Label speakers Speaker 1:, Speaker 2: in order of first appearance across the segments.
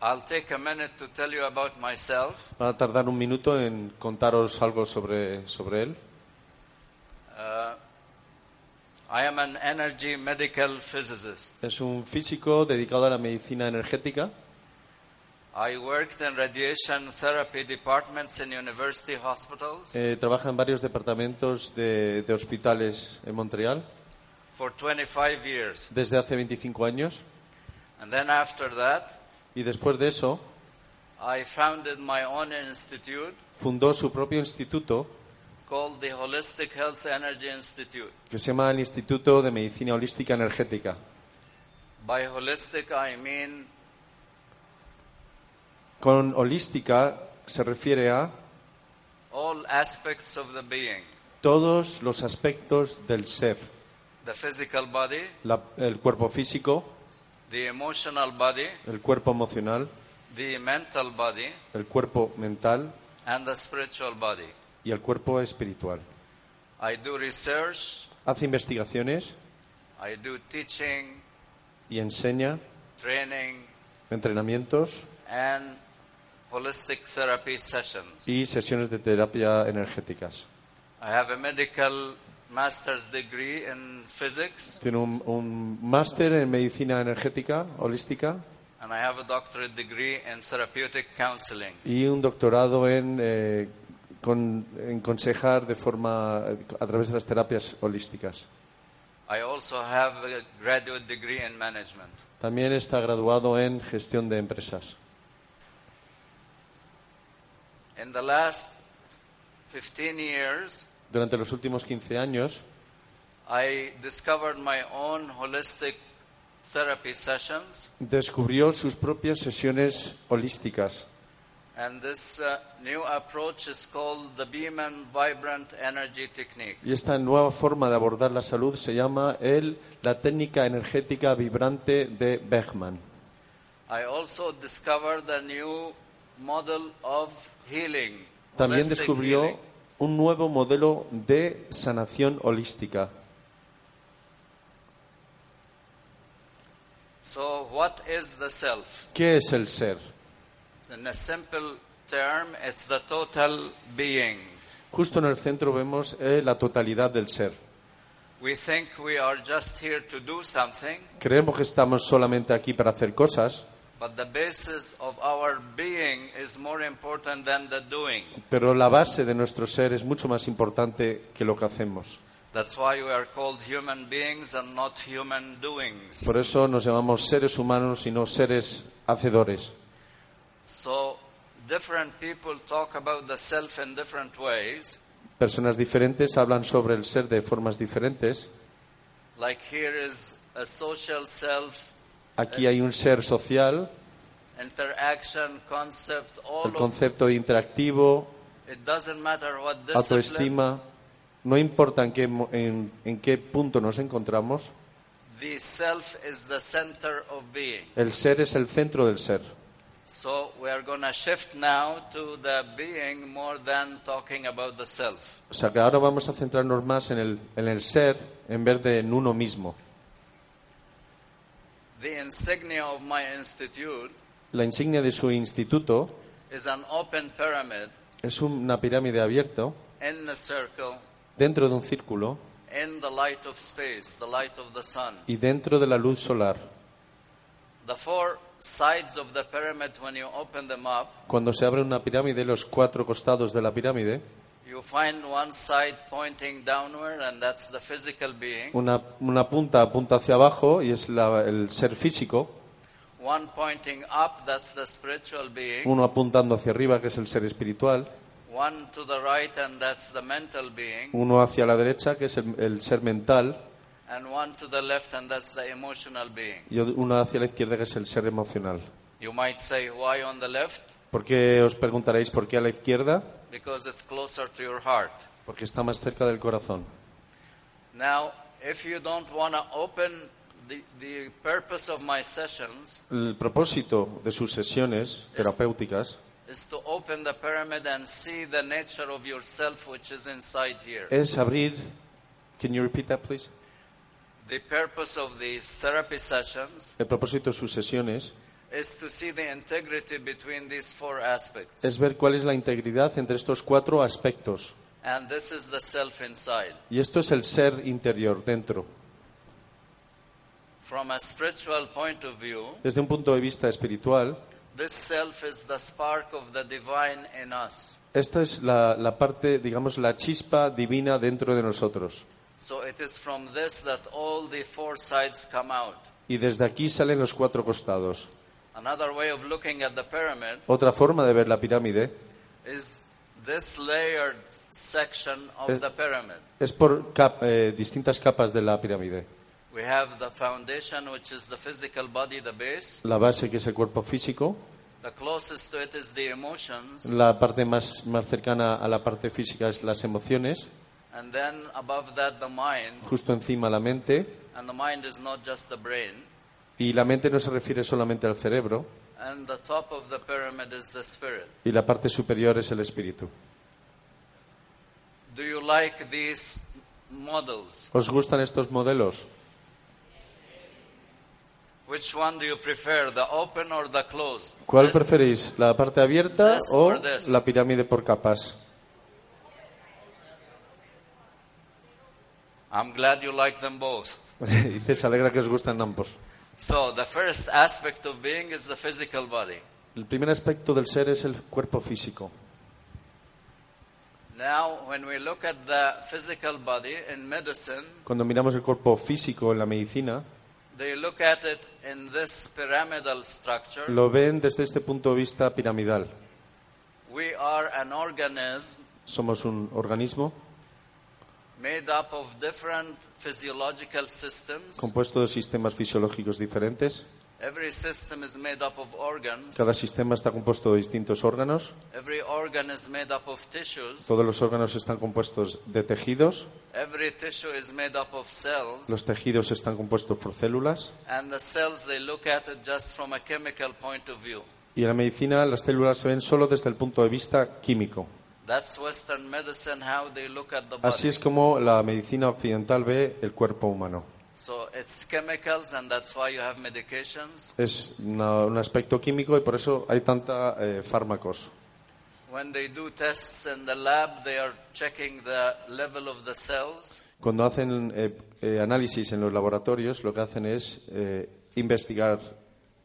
Speaker 1: I'll take a minute to tell you about myself.
Speaker 2: Van a tardar un minuto en contaros algo sobre, sobre él.
Speaker 1: I am an energy medical physicist.
Speaker 2: Es un físico dedicado a la medicina energética.
Speaker 1: I worked in radiation therapy departments in university hospitals
Speaker 2: Eh, trabaja en varios departamentos de, de hospitales en Montreal
Speaker 1: for 25 years.
Speaker 2: desde hace 25 años.
Speaker 1: And then after that,
Speaker 2: Y después de eso
Speaker 1: I founded my own institute
Speaker 2: fundó su propio instituto
Speaker 1: called the Holistic Health Energy Institute.
Speaker 2: que se llama el Instituto de Medicina Holística Energética.
Speaker 1: By holistic, I mean
Speaker 2: Con holística se refiere a
Speaker 1: all aspects of the being
Speaker 2: todos los aspectos del ser,
Speaker 1: the physical body,
Speaker 2: La- el cuerpo físico,
Speaker 1: the emotional body,
Speaker 2: el cuerpo emocional,
Speaker 1: the mental body,
Speaker 2: el cuerpo mental
Speaker 1: and the spiritual body.
Speaker 2: y el cuerpo espiritual.
Speaker 1: I do research,
Speaker 2: Hace investigaciones
Speaker 1: I do teaching,
Speaker 2: y enseña
Speaker 1: training,
Speaker 2: entrenamientos
Speaker 1: and holistic therapy sessions.
Speaker 2: y sesiones de terapia energéticas.
Speaker 1: I have a medical master's degree in physics,
Speaker 2: Tiene un, un máster en medicina energética holística
Speaker 1: and I have a doctorate degree in therapeutic counseling.
Speaker 2: y un doctorado en, eh, con- en consejar de forma a través de las terapias holísticas.
Speaker 1: I also have a graduate degree in management.
Speaker 2: También está graduado en gestión de empresas.
Speaker 1: In the last 15 years,
Speaker 2: Durante los últimos 15 años
Speaker 1: I discovered my own holistic therapy sessions,
Speaker 2: descubrió sus propias sesiones holísticas
Speaker 1: and this uh, new approach is called the Beeman Vibrant Energy Technique.
Speaker 2: y esta nueva forma de abordar la salud se llama el, la técnica energética vibrante de Bergman.
Speaker 1: I also discovered a new model of healing.
Speaker 2: También
Speaker 1: holistic
Speaker 2: descubrió
Speaker 1: healing.
Speaker 2: un nuevo modelo de sanación holística.
Speaker 1: So, what is the self?
Speaker 2: ¿Qué es el ser?
Speaker 1: In a simple term, it's the total being.
Speaker 2: Justo en el centro vemos eh, la totalidad del ser.
Speaker 1: We think we are just here to do something,
Speaker 2: Creemos que estamos solamente aquí para hacer cosas,
Speaker 1: but the basis of our being is more important than the doing.
Speaker 2: pero la base de nuestro ser es mucho más importante que lo que hacemos.
Speaker 1: That's why we are called human beings and not human doings.
Speaker 2: Por eso nos llamamos seres humanos y no seres hacedores.
Speaker 1: So, different people talk about the self in different ways.
Speaker 2: Personas diferentes hablan sobre el ser de formas diferentes.
Speaker 1: Like here is a social self,
Speaker 2: Aquí hay un ser social,
Speaker 1: interaction, concept, all
Speaker 2: el
Speaker 1: of
Speaker 2: concepto de interactivo,
Speaker 1: it doesn't matter what discipline.
Speaker 2: autoestima. No importa en qué, mo- en- en qué punto nos encontramos,
Speaker 1: The self is the center of being.
Speaker 2: el ser es el centro del ser.
Speaker 1: So we are going to shift now to the being more than talking about the self.
Speaker 2: O sea que ahora vamos a centrarnos más en el, en el ser en vez de en uno mismo.
Speaker 1: The insignia of my institute
Speaker 2: La insignia de su instituto
Speaker 1: is an open pyramid
Speaker 2: es una pirámide abierta
Speaker 1: in a circle
Speaker 2: dentro de un círculo
Speaker 1: in the light of space, the light of the sun.
Speaker 2: y dentro de la luz solar.
Speaker 1: The four sides of the pyramid, when you open them up,
Speaker 2: Cuando se abre una pirámide, los cuatro costados de la pirámide,
Speaker 1: you find one side pointing downward, and that's the physical being,
Speaker 2: una, una punta apunta hacia abajo y es la- el ser físico,
Speaker 1: one pointing up, that's the spiritual being,
Speaker 2: uno apuntando hacia arriba, que es el ser espiritual,
Speaker 1: one to the right, and that's the mental being,
Speaker 2: uno hacia la derecha, que es el, el ser mental,
Speaker 1: and one to the left, and that's the emotional being.
Speaker 2: y uno hacia la izquierda, que es el ser emocional.
Speaker 1: You might say, why on the left?
Speaker 2: ¿Por qué os preguntaréis por qué a la izquierda?
Speaker 1: Because it's closer to your heart.
Speaker 2: Porque está más cerca del corazón.
Speaker 1: Now, if you don't want to open the, the purpose of my sessions
Speaker 2: El propósito de sus sesiones terapéuticas
Speaker 1: is to open the pyramid and see the nature of yourself which is inside here.
Speaker 2: es abrir. Can you repeat that, please?
Speaker 1: The purpose of these therapy sessions
Speaker 2: El propósito de sus sesiones
Speaker 1: is to see the integrity between these four aspects.
Speaker 2: es ver cuál es la integridad entre estos cuatro aspectos.
Speaker 1: And this is the self inside.
Speaker 2: Y esto es el ser interior, dentro.
Speaker 1: From a spiritual point of view,
Speaker 2: Desde un punto de vista espiritual,
Speaker 1: this self is the spark of the divine in us.
Speaker 2: esta es la, la parte, digamos, la chispa divina dentro de nosotros.
Speaker 1: So it is from this that all the four sides come out.
Speaker 2: Y desde aquí salen los cuatro costados.
Speaker 1: Another way of looking at the pyramid
Speaker 2: Otra forma de ver la pirámide
Speaker 1: is this layered section of
Speaker 2: Eh.
Speaker 1: the pyramid.
Speaker 2: es por cap- eh, distintas capas de la pirámide.
Speaker 1: We have the foundation, which is the physical body, the base.
Speaker 2: La base, que es el cuerpo físico,
Speaker 1: The closest to it is the emotions.
Speaker 2: La parte más, más cercana a la parte física es las emociones,
Speaker 1: And then above that, the mind.
Speaker 2: justo encima la mente.
Speaker 1: And the mind is not just the brain.
Speaker 2: Y la mente no se refiere solamente al cerebro,
Speaker 1: And the top of the pyramid is the spirit.
Speaker 2: y la parte superior es el espíritu.
Speaker 1: Do you like these models?
Speaker 2: ¿Os gustan estos modelos?
Speaker 1: Which one do you prefer, the open or the closed?
Speaker 2: ¿Cuál
Speaker 1: This-
Speaker 2: preferís, la parte abierta
Speaker 1: This
Speaker 2: o
Speaker 1: or this?
Speaker 2: la pirámide por capas?
Speaker 1: I'm glad you like them both.
Speaker 2: Dice, se alegra que os gustan ambos.
Speaker 1: So the first aspect of being is the physical body.
Speaker 2: El primer aspecto del ser es el cuerpo físico.
Speaker 1: Now, when we look at the physical body in medicine,
Speaker 2: Cuando miramos el cuerpo físico en la medicina,
Speaker 1: they look at it in this pyramidal structure.
Speaker 2: lo ven desde este punto de vista piramidal.
Speaker 1: We are an organism
Speaker 2: Somos un organismo
Speaker 1: made up of different physiological systems.
Speaker 2: compuesto de sistemas fisiológicos diferentes.
Speaker 1: Every system is made up of organs.
Speaker 2: Cada sistema está compuesto de distintos órganos.
Speaker 1: Every organ is made up of tissues.
Speaker 2: Todos los órganos están compuestos de tejidos.
Speaker 1: Every tissue is made up of cells.
Speaker 2: Los tejidos están compuestos por células.
Speaker 1: And the cells, they look at it just from a chemical point of view.
Speaker 2: Y en la medicina las células se ven solo desde el punto de vista químico.
Speaker 1: That's Western medicine, how they look at the
Speaker 2: Así
Speaker 1: body.
Speaker 2: es como la medicina occidental ve el cuerpo humano.
Speaker 1: So it's chemicals, and that's why you have medications.
Speaker 2: Es una- un aspecto químico y por eso hay tanta eh, fármacos.
Speaker 1: When they do tests in the lab, they are checking the level of the cells.
Speaker 2: Cuando hacen eh, eh, análisis en los laboratorios, lo que hacen es eh, investigar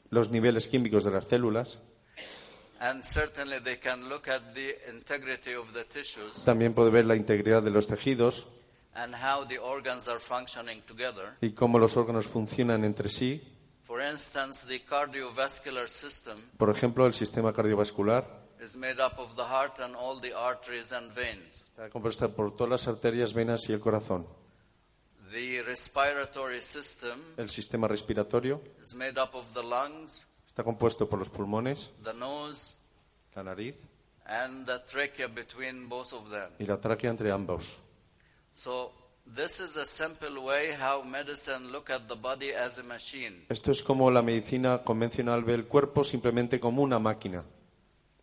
Speaker 2: los niveles químicos de las células.
Speaker 1: And certainly they can look at the integrity of the tissues
Speaker 2: También puede ver la integridad de los tejidos,
Speaker 1: and how the organs are functioning together.
Speaker 2: y cómo los órganos funcionan entre sí,
Speaker 1: For instance, the cardiovascular system
Speaker 2: por ejemplo, el sistema cardiovascular,
Speaker 1: is made up of the heart and all the arteries and veins.
Speaker 2: está compuesta por todas las arterias, venas y el corazón.
Speaker 1: The respiratory system
Speaker 2: El sistema respiratorio
Speaker 1: is made up of the lungs,
Speaker 2: está compuesto por los pulmones,
Speaker 1: the nose,
Speaker 2: la nariz
Speaker 1: and the trachea between both of them.
Speaker 2: y la tráquea entre ambos.
Speaker 1: So this is a simple way how medicine look at the body as a machine.
Speaker 2: Esto es como la medicina convencional ve el cuerpo simplemente como una máquina.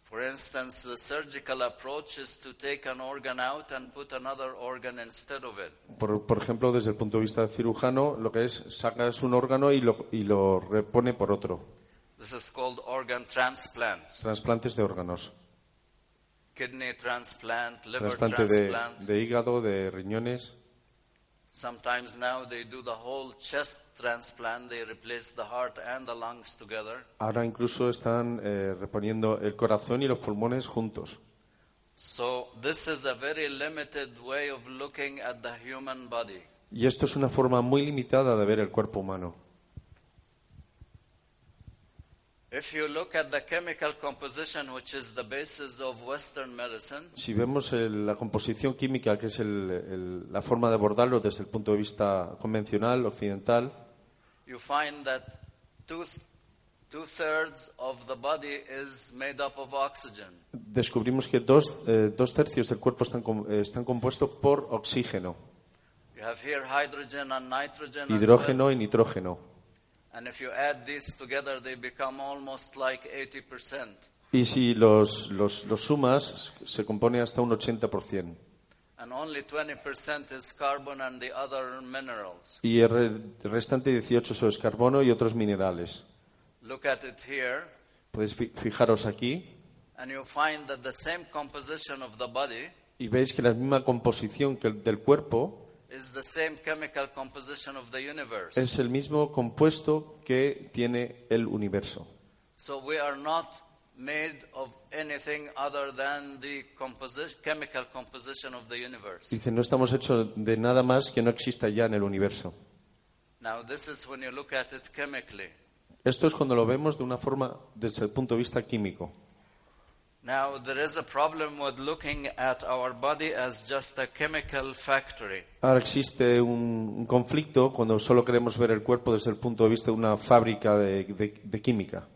Speaker 1: For For instance, the surgical approach is to take an organ out and put another organ instead of it.
Speaker 2: Por, por ejemplo, desde el punto de vista cirujano, lo que es sacas un órgano y lo, y lo repone por otro.
Speaker 1: This is called organ transplants.
Speaker 2: Trasplantes de órganos.
Speaker 1: Kidney transplant, liver
Speaker 2: Trasplante de,
Speaker 1: transplant.
Speaker 2: de hígado, de riñones.
Speaker 1: Sometimes now they do the whole chest transplant, they replace the heart and the lungs together.
Speaker 2: Ahora incluso están eh, reponiendo el corazón y los pulmones juntos.
Speaker 1: So, this is a very limited way of looking at the human body.
Speaker 2: Y esto es una forma muy limitada de ver el cuerpo humano.
Speaker 1: If you look at the chemical composition, which is the basis of Western medicine,
Speaker 2: Si vemos el- la composición química, que es el- el- la forma de abordarlo desde el punto de vista convencional, occidental,
Speaker 1: you find that two, two thirds of the body is made up of oxygen.
Speaker 2: descubrimos que dos, eh, dos tercios del cuerpo están, com- eh, están compuestos por oxígeno,
Speaker 1: You have here hydrogen and nitrogen. as well.
Speaker 2: hidrógeno y nitrógeno.
Speaker 1: And if you add these together, they become almost like 80%.
Speaker 2: Y si los, los, los sumas, se compone hasta un 80%.
Speaker 1: And only 20% is carbon and the other minerals.
Speaker 2: Y el re- restante 18 es carbono y otros minerales.
Speaker 1: Look at it here,
Speaker 2: Podéis fi- fijaros aquí
Speaker 1: and you find that the same composition of the body
Speaker 2: y veis que la misma composición que el del cuerpo
Speaker 1: is the same chemical composition of the universe.
Speaker 2: es el mismo compuesto que tiene el universo.
Speaker 1: So we are not made of anything other than the composi- chemical composition of the universe.
Speaker 2: Dice, no estamos hechos de nada más que no exista ya en el universo.
Speaker 1: Now, this is when you look at it chemically.
Speaker 2: Esto es cuando lo vemos de una forma desde el punto de vista químico.
Speaker 1: Now, there is a problem with looking at our body as just a chemical factory.
Speaker 2: Ahora existe un, un conflicto cuando solo queremos ver el cuerpo desde el punto de vista de una fábrica de, de- de química.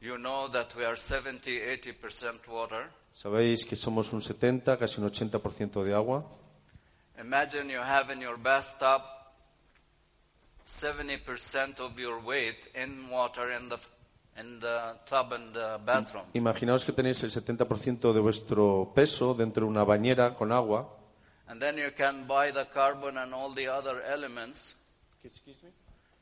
Speaker 1: You know that we are 70, 80% water.
Speaker 2: Sabéis que somos un 70, casi un 80% de agua.
Speaker 1: Imagine you have in your bathtub 70% of your weight in water in the, in the tub and the bathroom.
Speaker 2: Imaginaos que tenéis el 70% de vuestro peso dentro de una bañera con agua.
Speaker 1: And then you can buy the carbon and all the other elements.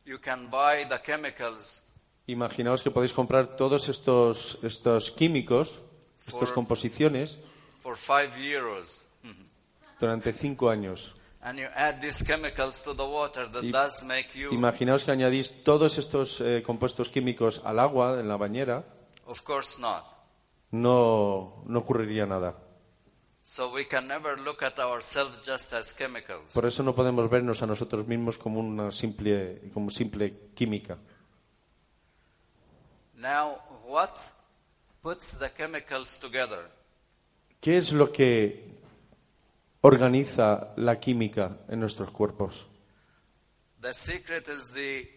Speaker 1: You can buy the chemicals
Speaker 2: Imaginaos que podéis comprar todos estos, estos químicos, estas
Speaker 1: Por-
Speaker 2: composiciones,
Speaker 1: for 5 euros. Mm-hmm.
Speaker 2: durante cinco años.
Speaker 1: And you add these chemicals to the water that
Speaker 2: Y-
Speaker 1: does make you.
Speaker 2: Imaginaos que añadís todos estos eh, compuestos químicos al agua en la bañera,
Speaker 1: Of course not.
Speaker 2: no, no ocurriría nada.
Speaker 1: So we can never look at ourselves just as chemicals.
Speaker 2: Por eso no podemos vernos a nosotros mismos como una simple, como simple química.
Speaker 1: Now, what puts the chemicals together?
Speaker 2: ¿Qué es lo que organiza la química en nuestros cuerpos?
Speaker 1: The secret is the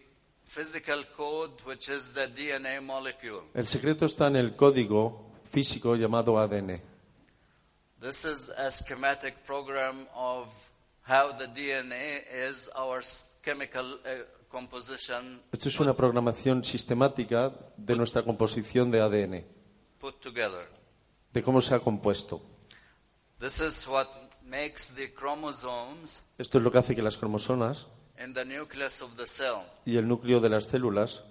Speaker 1: physical code, which is the DNA molecule.
Speaker 2: El secreto está en el código físico llamado ADN.
Speaker 1: This is a schematic program of how the DNA is our s- chemical uh, composition
Speaker 2: Esto es una programación sistemática de nuestra composición de ADN,
Speaker 1: put together.
Speaker 2: de cómo se ha compuesto.
Speaker 1: This is what makes the chromosomes
Speaker 2: Esto es lo que hace que las cromosomas
Speaker 1: in the nucleus of the cell.
Speaker 2: y el núcleo de las células,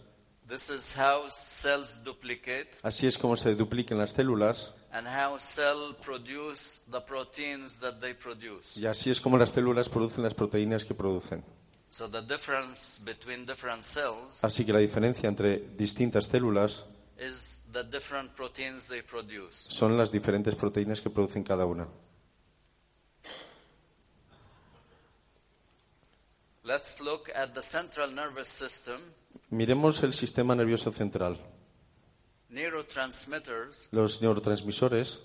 Speaker 1: This is how cells duplicate
Speaker 2: así es como se dupliquen las células
Speaker 1: and how cells produce the proteins that they produce.
Speaker 2: y así es como las células producen las proteínas que producen.
Speaker 1: So the difference between different cells
Speaker 2: Así que la diferencia entre distintas células
Speaker 1: is the different proteins they produce.
Speaker 2: son las diferentes proteínas que producen cada una.
Speaker 1: Let's look at the central nervous system.
Speaker 2: Miremos el sistema nervioso central.
Speaker 1: Neurotransmitters
Speaker 2: Los neurotransmisores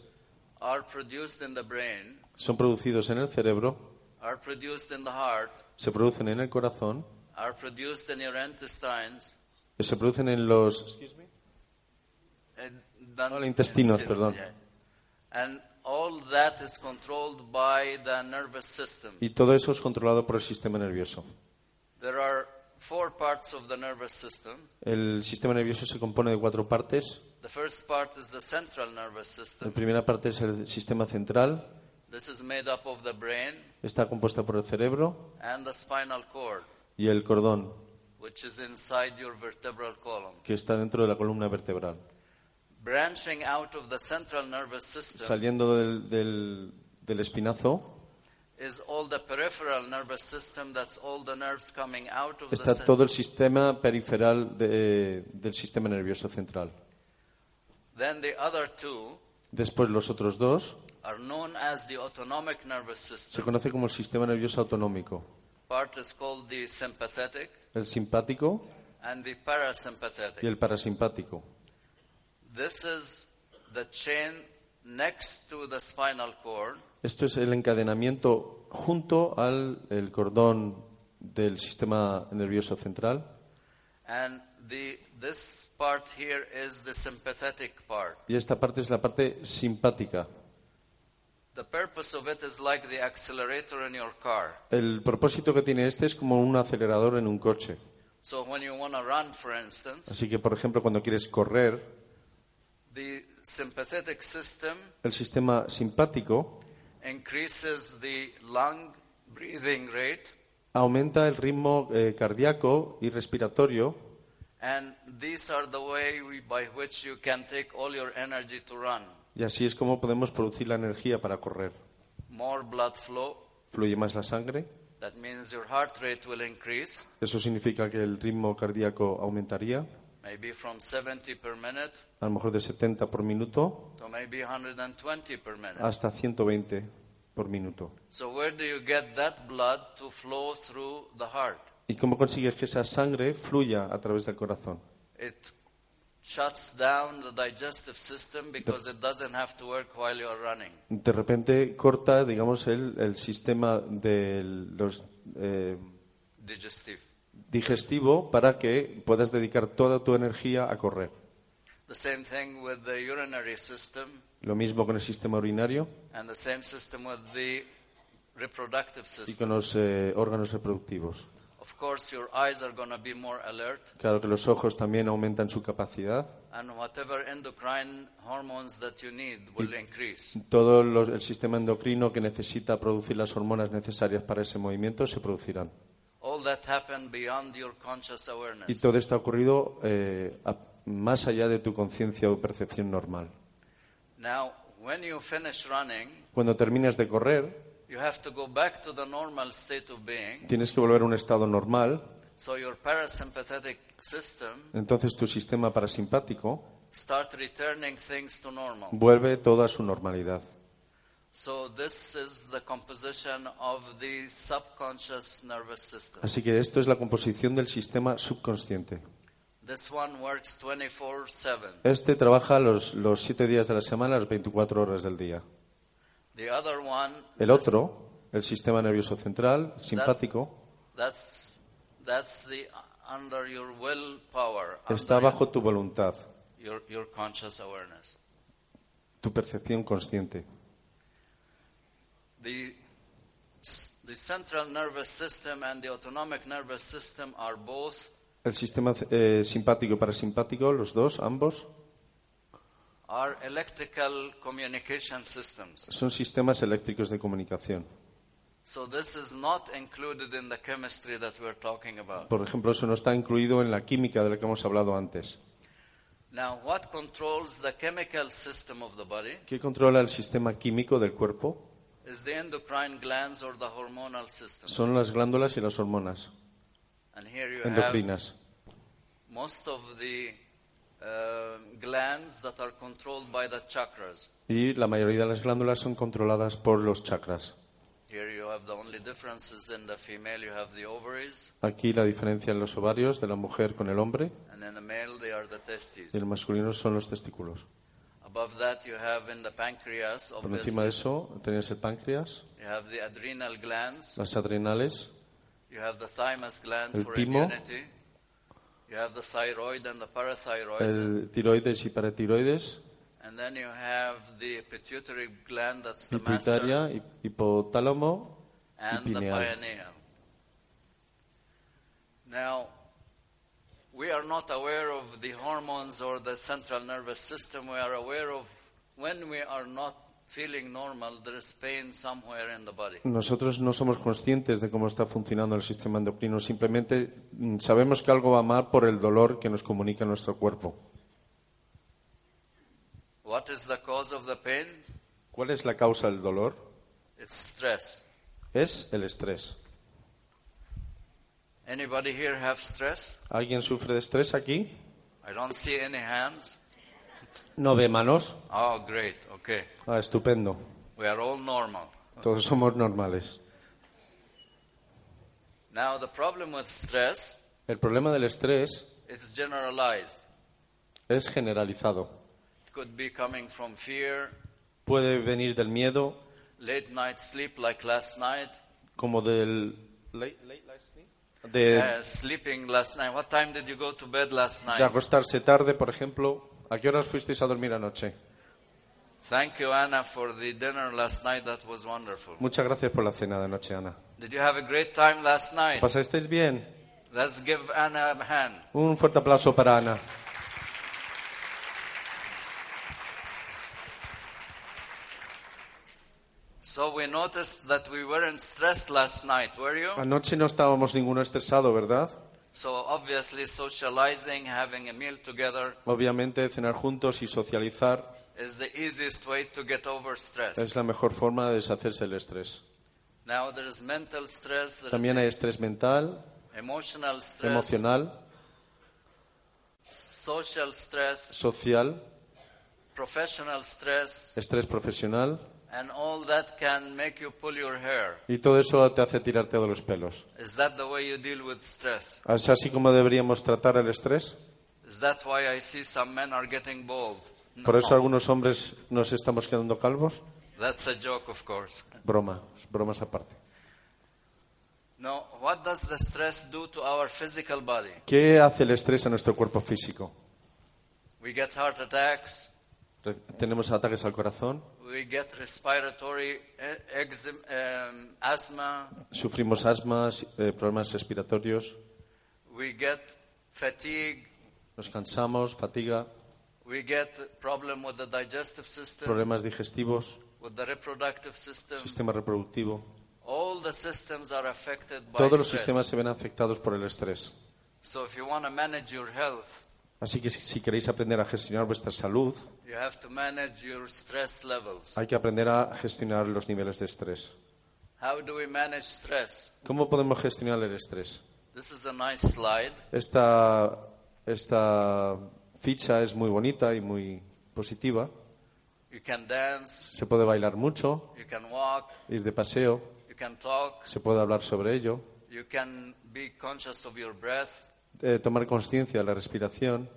Speaker 1: are produced in the brain,
Speaker 2: son producidos en el cerebro,
Speaker 1: are produced in the heart,
Speaker 2: se producen en el corazón,
Speaker 1: are produced in your intestines.
Speaker 2: se producen en los
Speaker 1: and then-
Speaker 2: Oh, el intestino, perdón.
Speaker 1: yeah. And all that is controlled by the nervous system.
Speaker 2: y todo eso es controlado por el sistema nervioso.
Speaker 1: There are four parts of the nervous system.
Speaker 2: El sistema nervioso se compone de cuatro partes.
Speaker 1: The first part is the central nervous
Speaker 2: La
Speaker 1: system.
Speaker 2: primera parte es el sistema central,
Speaker 1: This is made up of the brain
Speaker 2: está compuesta por el cerebro
Speaker 1: and the spinal cord,
Speaker 2: y el cordón,
Speaker 1: which is inside your vertebral column.
Speaker 2: que está dentro de la columna vertebral.
Speaker 1: Branching out of the central nervous system
Speaker 2: Saliendo del, del- del espinazo
Speaker 1: is all the peripheral nervous system. That's all the nerves coming out of the
Speaker 2: está
Speaker 1: cen-
Speaker 2: todo el sistema periferal de- del sistema nervioso central.
Speaker 1: Then the other two
Speaker 2: Después los otros dos
Speaker 1: are known as the autonomic nervous
Speaker 2: se
Speaker 1: system.
Speaker 2: conoce como el sistema nervioso autonómico,
Speaker 1: Part is called the sympathetic
Speaker 2: el simpático
Speaker 1: and the
Speaker 2: y
Speaker 1: parasympathetic.
Speaker 2: el parasimpático.
Speaker 1: This is the chain next to the spinal cord,
Speaker 2: Esto es el encadenamiento junto al el cordón del sistema nervioso central
Speaker 1: and the this part here is the sympathetic part.
Speaker 2: y esta parte es la parte simpática.
Speaker 1: The purpose of it is like the accelerator in your car.
Speaker 2: El propósito que tiene este es como un acelerador en un coche.
Speaker 1: So when you want to run, for instance,
Speaker 2: Así que, por ejemplo, cuando quieres correr,
Speaker 1: the sympathetic system
Speaker 2: el sistema simpático
Speaker 1: increases the lung breathing rate,
Speaker 2: aumenta el ritmo eh, cardíaco y respiratorio
Speaker 1: and these are the way we, by which you can take all your energy to run.
Speaker 2: y así es como podemos producir la energía para correr.
Speaker 1: More blood flow,
Speaker 2: Fluye más la sangre,
Speaker 1: that means your heart rate will increase,
Speaker 2: eso significa que el ritmo cardíaco aumentaría,
Speaker 1: maybe from 70 per minute
Speaker 2: a lo mejor de 70 por minuto
Speaker 1: to maybe 120 per minute.
Speaker 2: hasta 120 por minuto.
Speaker 1: So where do you get that blood to flow through the heart?
Speaker 2: ¿Y cómo consigues que esa sangre fluya a través del corazón?
Speaker 1: It shuts down the digestive system because it doesn't have to work while you are running.
Speaker 2: De repente corta, digamos, el, el sistema de los, eh,
Speaker 1: Digestive.
Speaker 2: digestivo para que puedas dedicar toda tu energía a correr.
Speaker 1: The same thing with the urinary system
Speaker 2: Lo mismo con el sistema urinario
Speaker 1: and the same system with the reproductive
Speaker 2: y
Speaker 1: system.
Speaker 2: con los eh, órganos reproductivos.
Speaker 1: Of course, your eyes are going to be more alert,
Speaker 2: Claro que los ojos también aumentan su capacidad.
Speaker 1: and whatever endocrine hormones that you need will increase.
Speaker 2: Todo los- el sistema endocrino que necesita producir las hormonas necesarias para ese movimiento se producirán.
Speaker 1: All that happened beyond your conscious
Speaker 2: Y
Speaker 1: awareness.
Speaker 2: todo esto ha ocurrido eh, a- más allá de tu conciencia o percepción normal.
Speaker 1: Now, when you finish running,
Speaker 2: Cuando terminas de correr,
Speaker 1: you have to go back to the normal state of being.
Speaker 2: tienes que volver a un estado normal.
Speaker 1: So your parasympathetic system
Speaker 2: Entonces tu sistema parasimpático
Speaker 1: start returning things to normal.
Speaker 2: vuelve toda a su normalidad.
Speaker 1: So this is the composition of the subconscious nervous system.
Speaker 2: Así que esto es la composición del sistema subconsciente.
Speaker 1: This one works 24/7.
Speaker 2: Este trabaja los, los siete días de la semana, las 24 horas del día.
Speaker 1: The other one
Speaker 2: El otro, el sistema nervioso central, simpático,
Speaker 1: that's that's the under your willpower,
Speaker 2: está
Speaker 1: under
Speaker 2: bajo tu voluntad,
Speaker 1: your, your conscious awareness.
Speaker 2: tu percepción consciente.
Speaker 1: The s- the central nervous system and the autonomic nervous system are both
Speaker 2: El sistema eh, simpático y parasimpático, los dos, ambos,
Speaker 1: are electrical communication systems.
Speaker 2: son sistemas eléctricos de comunicación.
Speaker 1: So this is not included in the chemistry that we're talking about.
Speaker 2: Por ejemplo, eso no está incluido en la química de la que hemos hablado antes.
Speaker 1: Now, what controls the chemical system of the body
Speaker 2: ¿Qué controla el sistema químico del cuerpo?
Speaker 1: is the endocrine glands or the hormonal system.
Speaker 2: Son las glándulas y las hormonas
Speaker 1: And here you have
Speaker 2: endocrinas.
Speaker 1: most of the um glands that are controlled by the chakras.
Speaker 2: Y la mayoría de las glándulas son controladas por los chakras.
Speaker 1: Here you have the only differences in the female, you have the ovaries,
Speaker 2: Aquí la diferencia en los ovarios de la mujer con el hombre
Speaker 1: and in the male, they are the
Speaker 2: y
Speaker 1: testes.
Speaker 2: el masculino son los testículos.
Speaker 1: Above that, you have in the pancreas,
Speaker 2: Por encima de
Speaker 1: obviously,
Speaker 2: eso tenías el páncreas,
Speaker 1: you have the adrenal glands,
Speaker 2: las adrenales,
Speaker 1: You have the thymus gland
Speaker 2: El
Speaker 1: for
Speaker 2: timo.
Speaker 1: immunity. You have the thyroid and the parathyroids.
Speaker 2: el tiroides y paratiroides,
Speaker 1: and then you have the pituitary gland that's the master
Speaker 2: pituitaria, hi- hipotálamo y
Speaker 1: and the
Speaker 2: pineal.
Speaker 1: pineal. Now, We are not aware of the hormones or the central nervous system. We are aware of when we are not feeling normal, there is pain somewhere in the body.
Speaker 2: Nosotros no somos conscientes de cómo está funcionando el sistema endocrino, simplemente mm, sabemos que algo va mal por el dolor que nos comunica nuestro cuerpo.
Speaker 1: What is the cause of the pain?
Speaker 2: ¿Cuál es la causa del dolor?
Speaker 1: It's stress.
Speaker 2: Es el estrés.
Speaker 1: Anybody here have stress?
Speaker 2: ¿Alguien sufre de estrés aquí?
Speaker 1: I don't see any hands.
Speaker 2: No de manos.
Speaker 1: Oh, great. Okay.
Speaker 2: Ah, estupendo.
Speaker 1: We are all normal.
Speaker 2: Todos somos normales.
Speaker 1: Now, the problem with stress,
Speaker 2: El problema del estrés
Speaker 1: it's generalized.
Speaker 2: es generalizado.
Speaker 1: It could be coming from fear,
Speaker 2: Puede venir del miedo,
Speaker 1: late night sleep like last night,
Speaker 2: como del... De,
Speaker 1: uh, sleeping last night. What time did you go to bed last
Speaker 2: de
Speaker 1: night?
Speaker 2: acostarse tarde, por ejemplo. ¿A qué horas fuisteis a dormir anoche?
Speaker 1: Thank you, Anna, for the dinner last night. That was wonderful.
Speaker 2: Muchas gracias por la cena de anoche, Ana.
Speaker 1: Did you have a great time last night?
Speaker 2: ¿Pasasteis bien?
Speaker 1: Let's give Anna a hand.
Speaker 2: Un fuerte aplauso para Ana.
Speaker 1: So we noticed that we weren't stressed last night, were you?
Speaker 2: Anoche no estábamos ninguno estresado, ¿verdad?
Speaker 1: So obviously socializing, having a meal together
Speaker 2: Obviamente cenar juntos y socializar
Speaker 1: is the easiest way to get over stress.
Speaker 2: es la mejor forma de deshacerse del estrés.
Speaker 1: Now there is mental stress, there is
Speaker 2: También hay estrés mental,
Speaker 1: emotional stress,
Speaker 2: emocional,
Speaker 1: social stress,
Speaker 2: social,
Speaker 1: professional stress,
Speaker 2: estrés profesional
Speaker 1: and all that can make you pull your hair.
Speaker 2: y todo eso te hace tirarte de los pelos.
Speaker 1: Is that the way you deal with stress?
Speaker 2: ¿Es así como deberíamos tratar el estrés?
Speaker 1: Is that why I see some men are getting bald?
Speaker 2: ¿Por
Speaker 1: No.
Speaker 2: eso algunos hombres nos estamos quedando calvos?
Speaker 1: That's a joke, of course.
Speaker 2: Broma, bromas aparte.
Speaker 1: No, what does the stress do to our physical body?
Speaker 2: ¿Qué hace el estrés a nuestro cuerpo físico?
Speaker 1: We get heart attacks,
Speaker 2: Re- Tenemos ataques al corazón,
Speaker 1: we get respiratory eh, exem- um, asthma,
Speaker 2: sufrimos asmas, eh, problemas respiratorios,
Speaker 1: we get fatigue,
Speaker 2: nos cansamos, fatiga,
Speaker 1: we get problem with the digestive system,
Speaker 2: problemas digestivos,
Speaker 1: with the reproductive system.
Speaker 2: sistema reproductivo.
Speaker 1: All the systems are affected by
Speaker 2: Todos los
Speaker 1: stress.
Speaker 2: sistemas se ven afectados por el estrés.
Speaker 1: So if you want to manage your health,
Speaker 2: Así que si- si queréis aprender a gestionar vuestra salud,
Speaker 1: you have to manage your stress levels.
Speaker 2: hay que aprender a gestionar los niveles de estrés.
Speaker 1: How do we manage stress?
Speaker 2: ¿Cómo podemos gestionar el estrés?
Speaker 1: This is a nice slide.
Speaker 2: Esta, esta ficha es muy bonita y muy positiva.
Speaker 1: You can dance,
Speaker 2: Se puede bailar mucho,
Speaker 1: you can walk,
Speaker 2: ir de paseo,
Speaker 1: you can talk,
Speaker 2: se puede hablar sobre ello,
Speaker 1: you can be conscious of your breath,
Speaker 2: eh, tomar conciencia de la respiración.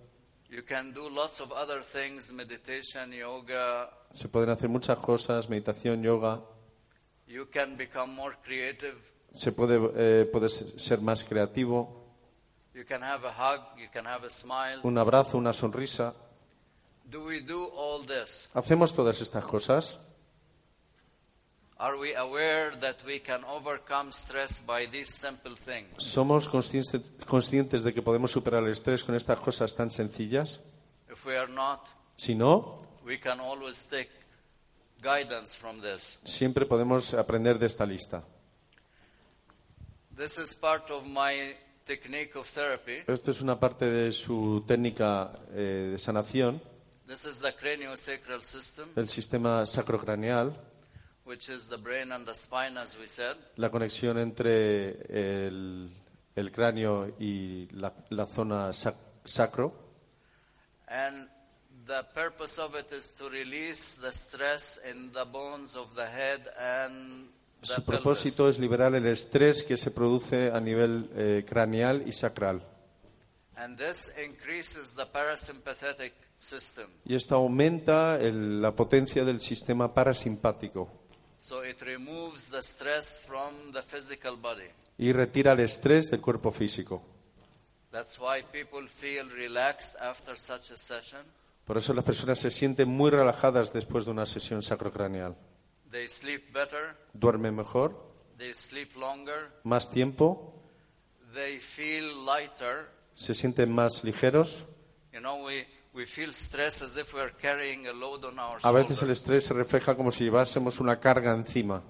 Speaker 1: you can do lots of other things, meditation, yoga.
Speaker 2: Se pueden hacer muchas cosas, meditación, yoga.
Speaker 1: You can become more creative.
Speaker 2: Se puede, eh, puede ser ser más creativo,
Speaker 1: You can have a hug, you can have a smile.
Speaker 2: un abrazo, una sonrisa.
Speaker 1: Do we do all this?
Speaker 2: Hacemos todas estas cosas.
Speaker 1: Are we aware that we can overcome stress by these simple things?
Speaker 2: ¿Somos consciente- conscientes de que podemos superar el estrés con estas cosas tan sencillas?
Speaker 1: If we are not,
Speaker 2: Si no,
Speaker 1: we can always take guidance from this.
Speaker 2: siempre podemos aprender de esta lista.
Speaker 1: This is part of my technique of therapy.
Speaker 2: Esto es una parte de su técnica eh, de sanación,
Speaker 1: This is the craniosacral system,
Speaker 2: el sistema sacrocraneal,
Speaker 1: which is the brain and the spine, as we said.
Speaker 2: la conexión entre el, el cráneo y la, la zona sac- sacro.
Speaker 1: And the purpose of it is to release the stress in the bones of the head and the
Speaker 2: Su
Speaker 1: pelvis.
Speaker 2: propósito es liberar el estrés que se produce a nivel eh, craneal y sacral.
Speaker 1: And this increases the parasympathetic system.
Speaker 2: Y esto aumenta el- la potencia del sistema parasimpático
Speaker 1: So it removes the stress from the physical body.
Speaker 2: y retira el estrés del cuerpo físico.
Speaker 1: That's why people feel relaxed after such a session.
Speaker 2: Por eso las personas se sienten muy relajadas después de una sesión sacrocraneal.
Speaker 1: They sleep better,
Speaker 2: Duermen mejor,
Speaker 1: they sleep longer,
Speaker 2: más tiempo,
Speaker 1: they feel lighter,
Speaker 2: se sienten más ligeros.
Speaker 1: You know, we, we feel stress as if we're carrying a load on our
Speaker 2: A veces el
Speaker 1: shoulders.
Speaker 2: estrés se refleja como si llevásemos una carga encima.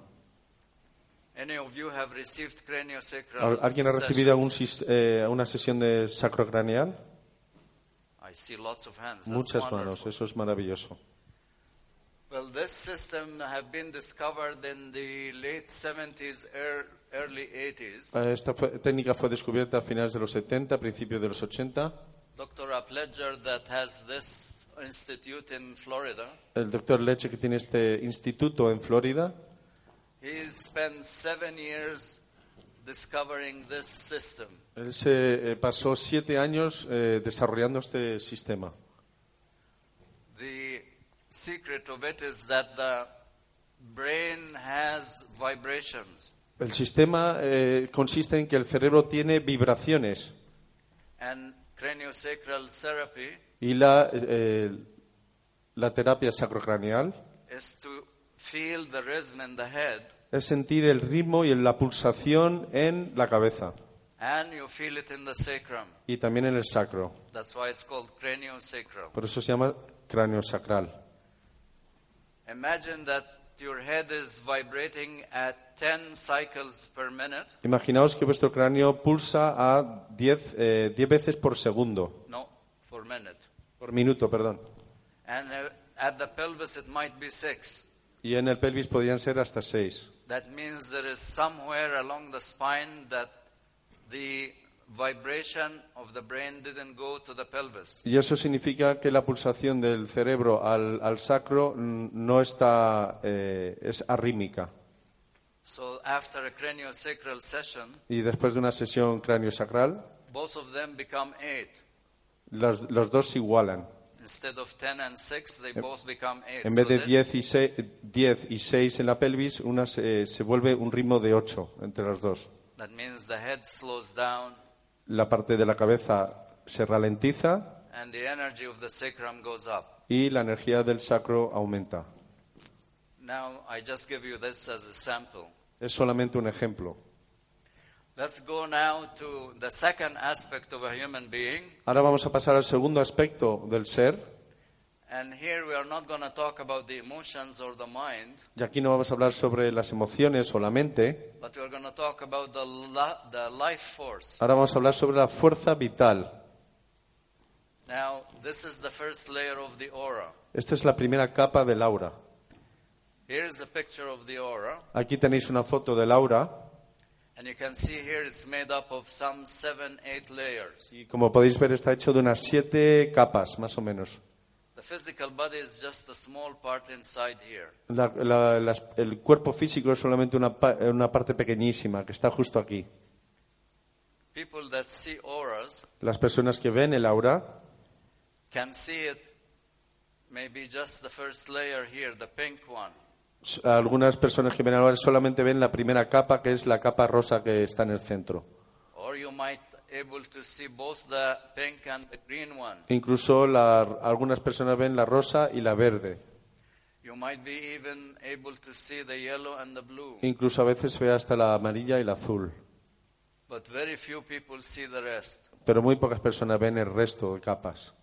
Speaker 1: Any of you have received craniosacral
Speaker 2: ¿Al- ¿Alguien ha recibido algún sis- eh, una sesión de sacrocraneal?
Speaker 1: I see lots of hands. That's
Speaker 2: Muchas manos,
Speaker 1: wonderful.
Speaker 2: eso es maravilloso.
Speaker 1: Well, this system have been discovered in the late 70s, ear- early 80s.
Speaker 2: Eh, Esta fue- técnica fue descubierta a finales de los 70, principios de los 80.
Speaker 1: Dr. Apledger that has this institute in Florida,
Speaker 2: El doctor Leche, que tiene este instituto en Florida,
Speaker 1: he spent seven years discovering this system.
Speaker 2: él se eh, pasó siete años eh, desarrollando este sistema.
Speaker 1: The secret of it is that the brain has vibrations,
Speaker 2: El sistema eh, consiste en que el cerebro tiene vibraciones
Speaker 1: and craniosacral therapy
Speaker 2: y la, eh, la terapia sacrocraneal
Speaker 1: is to feel the rhythm in the head,
Speaker 2: es sentir el ritmo y la pulsación en la cabeza
Speaker 1: and you feel it in the sacrum.
Speaker 2: y también en el sacro.
Speaker 1: That's why it's called craniosacral.
Speaker 2: Por eso se llama cráneo sacral.
Speaker 1: Imagine that your head is vibrating at 10 cycles per minute.
Speaker 2: Imaginaos que vuestro cráneo pulsa a 10 eh, 10 veces por segundo,
Speaker 1: No, for a minute.
Speaker 2: por minuto, perdón.
Speaker 1: And uh, at the pelvis, it might be six.
Speaker 2: Y en el pelvis podrían ser hasta 6.
Speaker 1: That means there is somewhere along the spine that the vibration of the brain didn't go to the pelvis.
Speaker 2: Y eso significa que la pulsación del cerebro al, al sacro mm, no está, eh, es arrítmica.
Speaker 1: So after a craniosacral session,
Speaker 2: Y después de una sesión cráneo-sacral,
Speaker 1: both of them become eight.
Speaker 2: los, los dos se igualan.
Speaker 1: Instead of 10 and 6, they both become 8.
Speaker 2: En vez
Speaker 1: So
Speaker 2: de
Speaker 1: this-
Speaker 2: 10 y, 6, y 6 en la pelvis, una se, se vuelve un ritmo de 8 entre los dos.
Speaker 1: that means the head slows down
Speaker 2: La parte de la cabeza se ralentiza
Speaker 1: and the energy of the sacrum goes up.
Speaker 2: y la energía del sacro aumenta.
Speaker 1: Now, I just give you this as a sample.
Speaker 2: Es solamente un ejemplo.
Speaker 1: Let's go now to the second aspect of a human being.
Speaker 2: Ahora vamos a pasar al segundo aspecto del ser.
Speaker 1: And here we are not going to talk about the emotions or the mind,
Speaker 2: Y aquí no vamos a hablar sobre las emociones o la mente.
Speaker 1: but we're going to talk about the, la- the life force.
Speaker 2: Ahora vamos a hablar sobre la fuerza vital.
Speaker 1: Now, this is the first layer of the aura.
Speaker 2: Esta es la primera capa del aura.
Speaker 1: Here is a picture of the aura,
Speaker 2: Aquí tenéis una foto del aura.
Speaker 1: and you can see here it's made up of some seven, eight layers.
Speaker 2: Y como podéis ver, está hecho de unas siete capas, más o menos.
Speaker 1: The physical body is just a small part inside here.
Speaker 2: La- la- las- el cuerpo físico es solamente una, pa- una parte pequeñísima, que está justo aquí.
Speaker 1: People that see auras
Speaker 2: Las personas que ven el aura
Speaker 1: can see it maybe just the first layer here, the pink one.
Speaker 2: s- algunas personas que ven el aura solamente ven la primera capa, que es la capa rosa que está en el centro.
Speaker 1: Or you might able to see both the pink and the green one.
Speaker 2: Incluso la- algunas personas ven la rosa y la verde.
Speaker 1: You might be even able to see the yellow and the blue.
Speaker 2: Incluso a veces ve hasta la amarilla y la azul.
Speaker 1: But very few people see the rest.
Speaker 2: Pero muy pocas personas ven el resto de capas.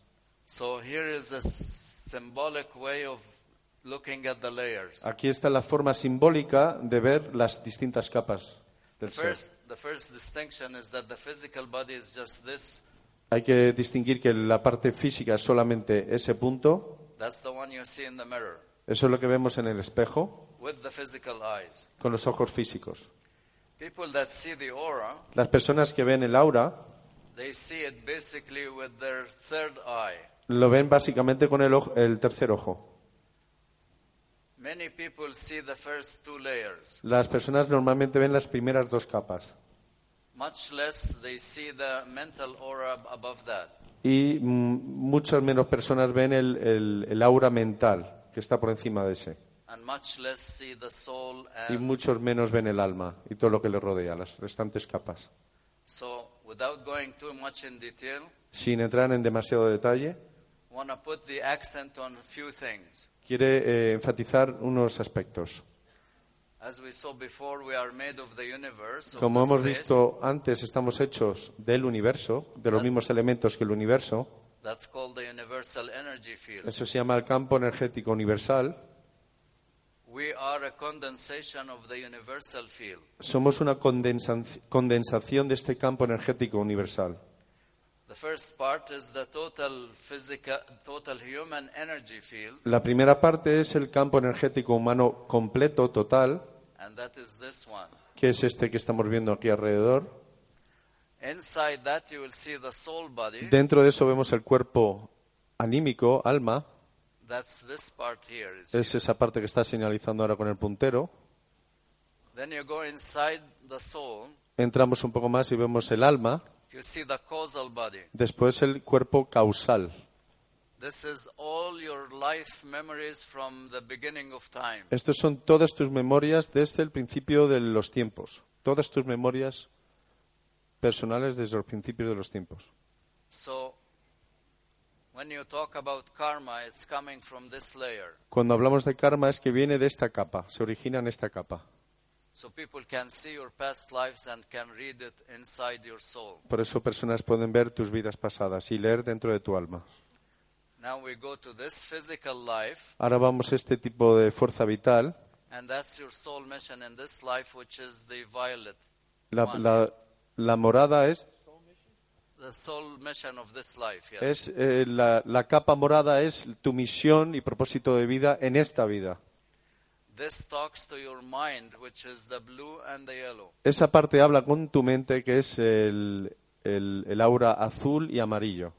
Speaker 1: So here is a s- symbolic way of looking at the layers.
Speaker 2: Aquí está la forma simbólica de ver las distintas capas
Speaker 1: The
Speaker 2: del ser.
Speaker 1: first, the first distinction is that the physical body is just this.
Speaker 2: Hay que distinguir que la parte física es solamente ese punto.
Speaker 1: That's the one you see in the mirror
Speaker 2: Eso es lo que vemos en el espejo
Speaker 1: with the physical eyes.
Speaker 2: con los ojos físicos.
Speaker 1: People that see the aura,
Speaker 2: Las personas que ven el aura
Speaker 1: they see it basically with their third eye.
Speaker 2: lo ven básicamente con el, ojo- el tercer ojo.
Speaker 1: Many people see the first two layers.
Speaker 2: Las personas normalmente ven las primeras dos capas
Speaker 1: Much less they see the mental aura ab- above that.
Speaker 2: y mm, muchas menos personas ven el- el- el aura mental que está por encima de ese.
Speaker 1: and much less see the soul.
Speaker 2: y
Speaker 1: And
Speaker 2: muchos menos ven el alma y todo lo que le rodea, las restantes capas.
Speaker 1: so, without going too much in detail,
Speaker 2: Sin entrar en demasiado detalle,
Speaker 1: want to put the accent on a few things.
Speaker 2: quiere eh, enfatizar unos aspectos.
Speaker 1: As we saw before, we are made of the universe. of
Speaker 2: Como
Speaker 1: the
Speaker 2: hemos
Speaker 1: space.
Speaker 2: visto antes, estamos hechos del universo, de los mismos elementos que el universo.
Speaker 1: That's called the universal energy field.
Speaker 2: Eso se llama el campo energético universal.
Speaker 1: We are a condensation of the universal field.
Speaker 2: Somos una condensan- condensación de este campo energético universal.
Speaker 1: The first part is the total physical, total human energy field,
Speaker 2: La primera parte es el campo energético humano completo, total,
Speaker 1: and that is this one.
Speaker 2: que es este que estamos viendo aquí alrededor.
Speaker 1: Inside that, you will see the soul body.
Speaker 2: Dentro de eso vemos el cuerpo anímico, alma,
Speaker 1: That's this part here. It's-
Speaker 2: es esa parte que está señalizando ahora con el puntero.
Speaker 1: Then you go inside the soul,
Speaker 2: Entramos un poco más y vemos el alma,
Speaker 1: you see the causal body.
Speaker 2: después el cuerpo causal.
Speaker 1: This is all your life memories from the beginning of time.
Speaker 2: Estos son todas tus memorias desde el principio de los tiempos, todas tus memorias personales desde los principios de los tiempos.
Speaker 1: So, when you talk about karma, it's coming from this layer.
Speaker 2: Cuando hablamos de karma es que viene de esta capa, se origina en esta capa.
Speaker 1: So, people can see your past lives and can read it inside your soul.
Speaker 2: Por eso personas pueden ver tus vidas pasadas y leer dentro de tu alma.
Speaker 1: Now, we go to this physical life,
Speaker 2: Ahora vamos a este tipo de fuerza vital,
Speaker 1: and that's your soul mission in this life, which is the violet.
Speaker 2: la, la- la morada es,
Speaker 1: The soul mission of this life, yes.
Speaker 2: es eh, la, la capa morada es tu misión y propósito de vida en esta vida.
Speaker 1: This talks to your mind, which is the blue and the yellow.
Speaker 2: Esa parte habla con tu mente que es el, el- el aura azul y amarillo.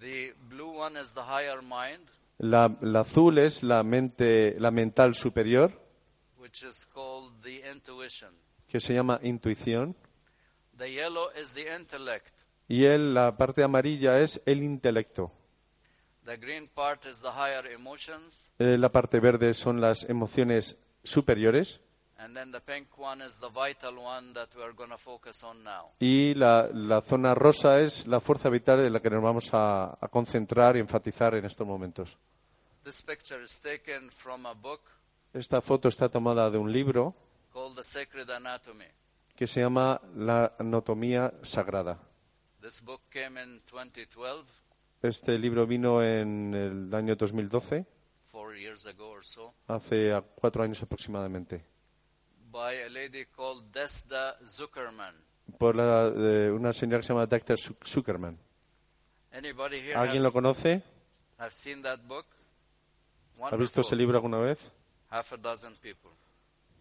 Speaker 1: The blue one is the higher mind,
Speaker 2: La, la azul es la mente, la mental superior,
Speaker 1: which is called the intuition.
Speaker 2: que se llama intuición,
Speaker 1: The yellow is the intellect.
Speaker 2: y el- la parte amarilla es el intelecto.
Speaker 1: The green part is the higher emotions.
Speaker 2: Eh, la parte verde son las emociones superiores
Speaker 1: And then the pink one is the vital one that we are going to focus on now.
Speaker 2: y la, la zona rosa es la fuerza vital en la que nos vamos a, a concentrar y enfatizar en estos momentos.
Speaker 1: This picture is taken from a book
Speaker 2: Esta foto está tomada de un libro
Speaker 1: called The Sacred Anatomy.
Speaker 2: que se llama La anatomía sagrada.
Speaker 1: This book came in 2012,
Speaker 2: Este libro vino en el año 2012,
Speaker 1: four years ago or so,
Speaker 2: hace a- cuatro años aproximadamente,
Speaker 1: by a lady called Desda Zuckerman.
Speaker 2: por la, eh, una señora que se llama Dr. Zuc- Zuckerman.
Speaker 1: Anybody here
Speaker 2: ¿Alguien lo
Speaker 1: has,
Speaker 2: conoce?
Speaker 1: have seen that book?
Speaker 2: ¿Ha visto ese libro alguna vez?
Speaker 1: Half a dozen people,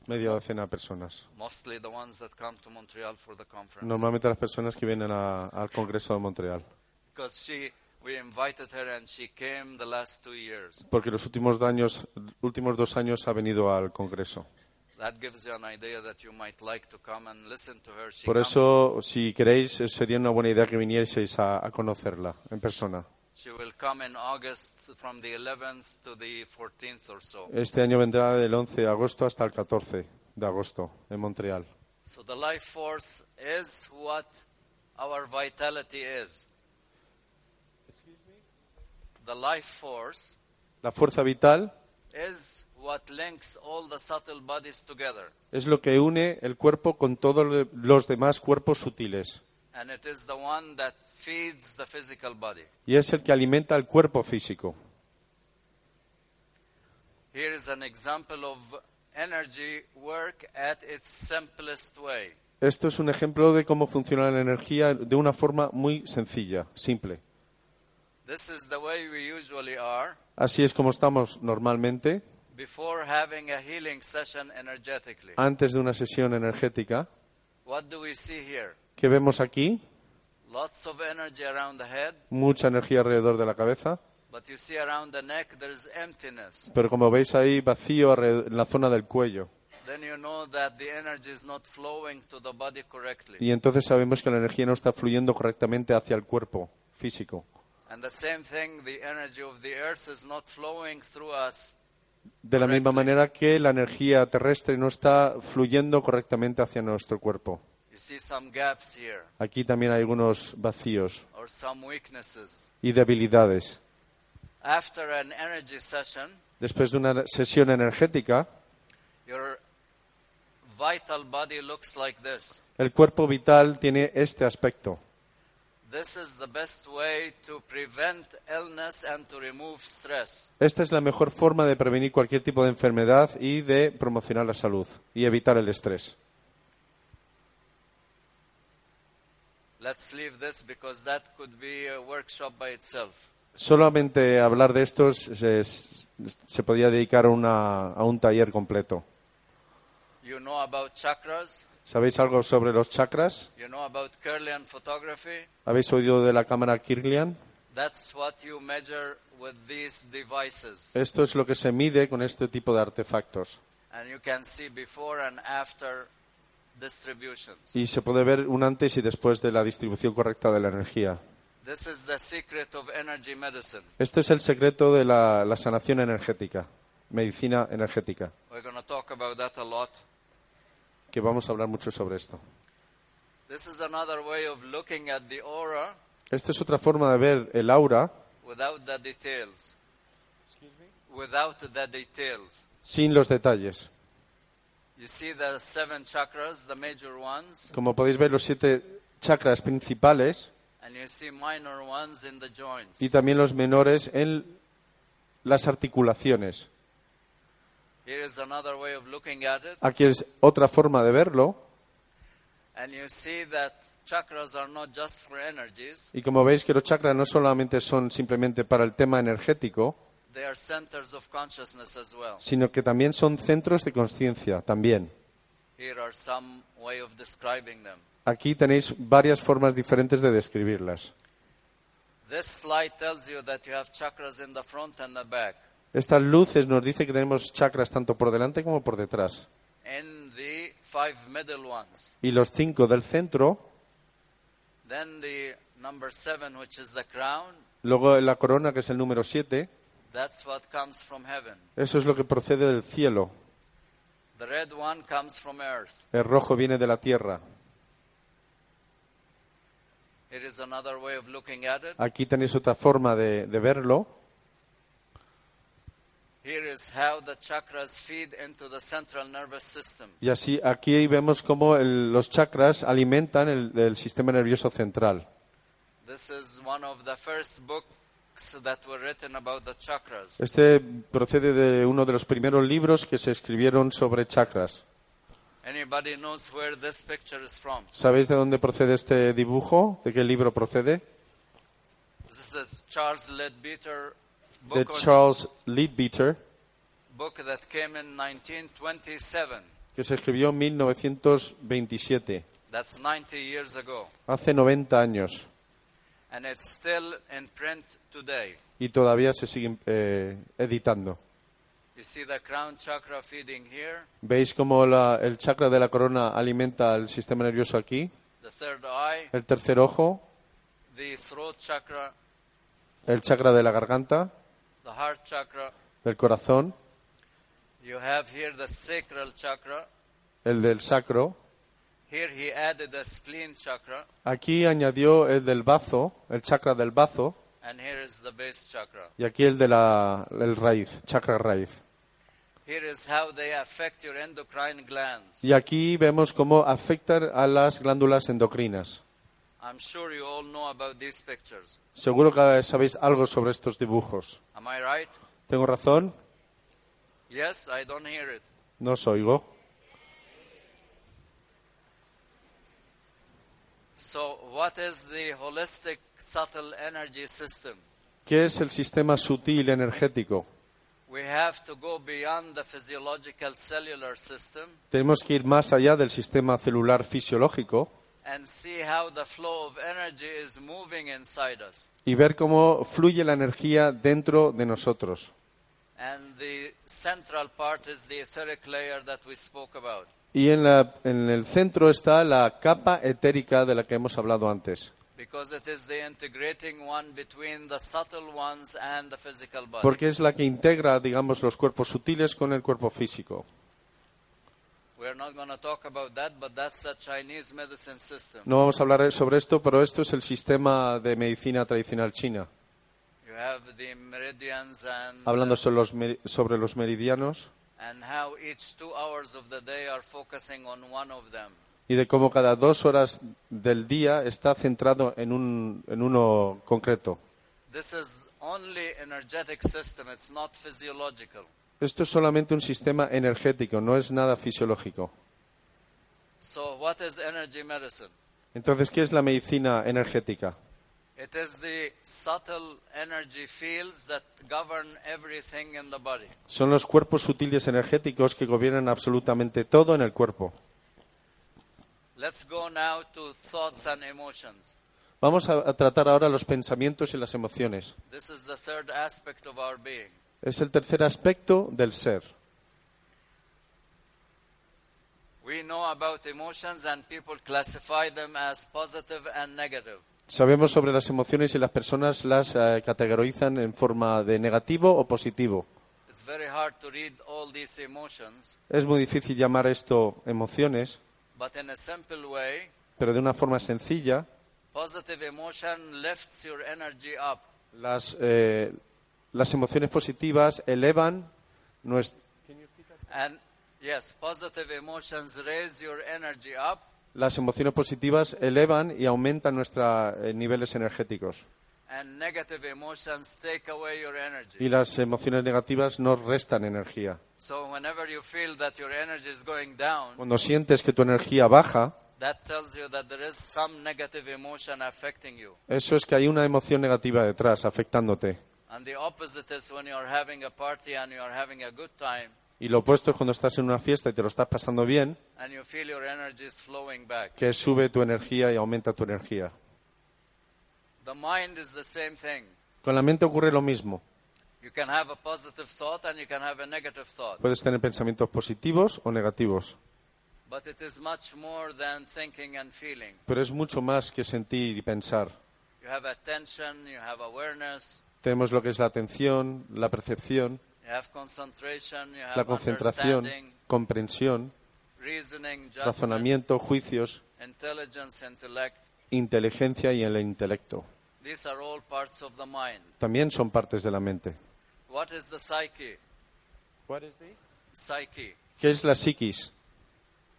Speaker 2: Media docena de personas.
Speaker 1: mostly the ones that come to Montreal for the conference.
Speaker 2: Normalmente las personas que vienen a- al Congreso de Montreal.
Speaker 1: Because she, we invited her and she came the last two years.
Speaker 2: Porque los últimos, años, últimos dos años ha venido al Congreso.
Speaker 1: That gives you an idea that you might like to come and listen to her. She,
Speaker 2: Por
Speaker 1: come-
Speaker 2: eso, si queréis, eh, sería una buena idea que vinieseis a, a conocerla en persona.
Speaker 1: she will come in August from the 11th to the 14th or so.
Speaker 2: Este año vendrá del 11 de agosto hasta el 14 de agosto en Montreal.
Speaker 1: So the life force is what our vitality is. The life force
Speaker 2: La fuerza vital
Speaker 1: is what links all the subtle bodies together.
Speaker 2: es lo que une el cuerpo con todos le- los demás cuerpos sutiles
Speaker 1: And it is the one that feeds the physical body.
Speaker 2: y es el que alimenta el cuerpo físico.
Speaker 1: Here is an example of energy work at its simplest way.
Speaker 2: Esto es un ejemplo de cómo funciona la energía de una forma muy sencilla, simple.
Speaker 1: This is the way we usually are
Speaker 2: Así es como estamos normalmente
Speaker 1: before having a healing session energetically.
Speaker 2: antes de una sesión energética.
Speaker 1: What do we see here?
Speaker 2: ¿Qué vemos aquí?
Speaker 1: Lots of energy around the head,
Speaker 2: Mucha energía alrededor de la cabeza,
Speaker 1: but you see around the neck there is emptiness.
Speaker 2: pero como veis ahí vacío alre- en la zona del cuello.
Speaker 1: Then you know that the energy is not flowing to the body correctly.
Speaker 2: Y entonces sabemos que la energía no está fluyendo correctamente hacia el cuerpo físico.
Speaker 1: And the same thing, the energy of the earth is not flowing through us
Speaker 2: De la misma manera que la energía terrestre no está fluyendo correctamente hacia nuestro cuerpo.
Speaker 1: You see some gaps here
Speaker 2: Aquí también hay algunos vacíos
Speaker 1: or some weaknesses.
Speaker 2: y debilidades.
Speaker 1: After an energy session,
Speaker 2: Después de una sesión energética,
Speaker 1: your vital body looks like this.
Speaker 2: El cuerpo vital tiene este aspecto.
Speaker 1: This is the best way to prevent illness and to remove stress.
Speaker 2: Esta es la mejor forma de prevenir cualquier tipo de enfermedad y de promocionar la salud y evitar el estrés.
Speaker 1: Let's leave this because that could be a workshop by itself.
Speaker 2: Solamente hablar de esto se, se podía dedicar a, una- a un taller completo.
Speaker 1: You know about chakras,
Speaker 2: ¿Sabéis algo sobre los chakras?
Speaker 1: you know about Kirlian photography.
Speaker 2: ¿Habéis oído de la cámara Kirlian?
Speaker 1: That's what you measure with these devices.
Speaker 2: Esto es lo que se mide con este tipo de artefactos.
Speaker 1: And you can see before and after distributions.
Speaker 2: Y se puede ver un antes y después de la distribución correcta de la energía.
Speaker 1: This is the secret of energy medicine.
Speaker 2: Este es el secreto de la, la sanación energética, medicina energética,
Speaker 1: We're going to talk about that a lot.
Speaker 2: que vamos a hablar mucho sobre esto.
Speaker 1: This is another way of looking at the aura
Speaker 2: Esta es otra forma de ver el aura
Speaker 1: without the details. Without the details.
Speaker 2: sin los detalles.
Speaker 1: You see the seven chakras, the major ones,
Speaker 2: Como podéis ver, los siete chakras principales
Speaker 1: and you see minor ones in the joints.
Speaker 2: y también los menores en las articulaciones.
Speaker 1: Here is another way of looking at it,
Speaker 2: Aquí es otra forma de verlo
Speaker 1: and you see that chakras are not just for energies,
Speaker 2: y como veis que los chakras no solamente son simplemente para el tema energético,
Speaker 1: they are centers of consciousness as well.
Speaker 2: sino que también son centros de conciencia también.
Speaker 1: Here are some way of describing them.
Speaker 2: Aquí tenéis varias formas diferentes de describirlas.
Speaker 1: This slide tells you that you have chakras in the front and the back.
Speaker 2: Estas luces nos dice que tenemos chakras tanto por delante como por detrás.
Speaker 1: In the five middle ones.
Speaker 2: Y los cinco del centro,
Speaker 1: Then the number seven, which is the crown,
Speaker 2: luego la corona, que es el número siete,
Speaker 1: that's what comes from heaven.
Speaker 2: eso es lo que procede del cielo.
Speaker 1: The red one comes from earth.
Speaker 2: El rojo viene de la tierra.
Speaker 1: Here is another way of looking at it.
Speaker 2: Aquí tenéis otra forma de, de verlo.
Speaker 1: Here is how the chakras feed into the central nervous system.
Speaker 2: Y así aquí vemos cómo el- los chakras alimentan el, el sistema nervioso central.
Speaker 1: This is one of the first books that were written about the chakras.
Speaker 2: Este procede de uno de los primeros libros que se escribieron sobre chakras.
Speaker 1: Anybody knows where this picture is from?
Speaker 2: ¿Sabéis de dónde procede este dibujo? ¿De qué libro procede?
Speaker 1: This is Charles Leadbeater
Speaker 2: De
Speaker 1: book, on-
Speaker 2: Charles Leadbeater,
Speaker 1: book that came in 1927.
Speaker 2: que se escribió en 1927,
Speaker 1: That's 90 years ago.
Speaker 2: hace 90 años,
Speaker 1: And it's still in print today.
Speaker 2: y todavía se sigue eh, editando.
Speaker 1: You see the crown chakra feeding here,
Speaker 2: ¿Veis cómo la- el chakra de la corona alimenta el sistema nervioso aquí?
Speaker 1: the third eye,
Speaker 2: El tercer ojo,
Speaker 1: the throat chakra,
Speaker 2: el chakra de la garganta,
Speaker 1: the heart chakra.
Speaker 2: del corazón,
Speaker 1: You have here the sacral chakra.
Speaker 2: el del sacro.
Speaker 1: Here he added the spleen chakra,
Speaker 2: Aquí añadió el del bazo, el chakra del bazo,
Speaker 1: and here is the base chakra.
Speaker 2: y aquí el de la el raíz, chakra raíz.
Speaker 1: Here is how they affect your endocrine glands.
Speaker 2: Y aquí vemos cómo afectan a las glándulas endocrinas.
Speaker 1: I'm sure you all know about these pictures.
Speaker 2: Seguro que sabéis algo sobre estos dibujos.
Speaker 1: Am I right?
Speaker 2: ¿Tengo razón?
Speaker 1: Yes, I don't hear it.
Speaker 2: No os oigo.
Speaker 1: So, what is the holistic subtle energy system?
Speaker 2: ¿Qué es el sistema sutil energético?
Speaker 1: We have to go beyond the physiological cellular system
Speaker 2: Tenemos que ir más allá del sistema celular fisiológico
Speaker 1: and see how the flow of energy is moving inside us.
Speaker 2: y ver cómo fluye la energía dentro de nosotros.
Speaker 1: And the central part is the etheric layer that we spoke about.
Speaker 2: Y en, la- en el centro está la capa etérica de la que hemos hablado antes,
Speaker 1: Because it is the integrating one between the subtle ones and the physical body.
Speaker 2: porque es la que integra, digamos, los cuerpos sutiles con el cuerpo físico.
Speaker 1: We're not going to talk about that, but that's the Chinese medicine system.
Speaker 2: No vamos a hablar sobre esto, pero esto es el sistema de medicina tradicional china.
Speaker 1: You have the meridians and
Speaker 2: Hablando sobre los, meri- sobre los meridianos,
Speaker 1: and how each two hours of the day are focusing on one of them.
Speaker 2: y de cómo cada dos horas del día está centrado en, un, en uno concreto.
Speaker 1: This is only energetic system, it's not physiological.
Speaker 2: Esto es solamente un sistema energético, no es nada fisiológico.
Speaker 1: So what is energy medicine?
Speaker 2: Entonces, ¿qué es la medicina energética?
Speaker 1: It is the subtle energy fields that govern everything in the body.
Speaker 2: Son los cuerpos sutiles energéticos que gobiernan absolutamente todo en el cuerpo.
Speaker 1: Let's go now to thoughts and emotions.
Speaker 2: Vamos a, a tratar ahora los pensamientos y las emociones.
Speaker 1: This is the third aspect of our being.
Speaker 2: Es el tercer aspecto del ser.
Speaker 1: We know about emotions and people classify them as positive and negative.
Speaker 2: Sabemos sobre las emociones y las personas las eh, categorizan en forma de negativo o positivo.
Speaker 1: It's very hard to read all these emotions,
Speaker 2: Es muy difícil llamar esto emociones,
Speaker 1: but in a simple way,
Speaker 2: pero de una forma sencilla,
Speaker 1: positive emotion lifts your energy up.
Speaker 2: las, eh, las emociones positivas elevan nues-
Speaker 1: And yes, positive emotions raise your energy up,
Speaker 2: las emociones positivas elevan y aumentan nuestros niveles energéticos.
Speaker 1: and negative emotions take away your
Speaker 2: Y
Speaker 1: energy.
Speaker 2: las emociones negativas nos restan energía.
Speaker 1: So whenever you feel that your energy is going down,
Speaker 2: Cuando sientes que tu energía baja,
Speaker 1: that tells you that there is some negative emotion affecting you.
Speaker 2: eso es que hay una emoción negativa detrás afectándote.
Speaker 1: And the opposite is when you are having a party and you are having a good time
Speaker 2: Y lo opuesto es cuando estás en una fiesta y te lo estás pasando bien,
Speaker 1: and you feel your energy is flowing back.
Speaker 2: que sube tu energía y aumenta tu energía.
Speaker 1: The mind is the same thing.
Speaker 2: Con la mente ocurre lo mismo.
Speaker 1: You can have a positive thought and you can have a negative thought.
Speaker 2: Puedes tener pensamientos positivos o negativos,
Speaker 1: But it is much more than thinking and feeling.
Speaker 2: pero es mucho más que sentir y pensar.
Speaker 1: You have attention, you have awareness,
Speaker 2: Tenemos lo que es la atención, la percepción,
Speaker 1: you have concentration, you
Speaker 2: la
Speaker 1: have
Speaker 2: concentración,
Speaker 1: understanding,
Speaker 2: comprensión,
Speaker 1: reasoning, judgment,
Speaker 2: razonamiento, juicios,
Speaker 1: intelligence, intellect.
Speaker 2: inteligencia y el intelecto.
Speaker 1: These are all parts of the mind.
Speaker 2: También son partes de la mente.
Speaker 1: What is the psyche? Psyche.
Speaker 2: ¿Qué es la psiquis?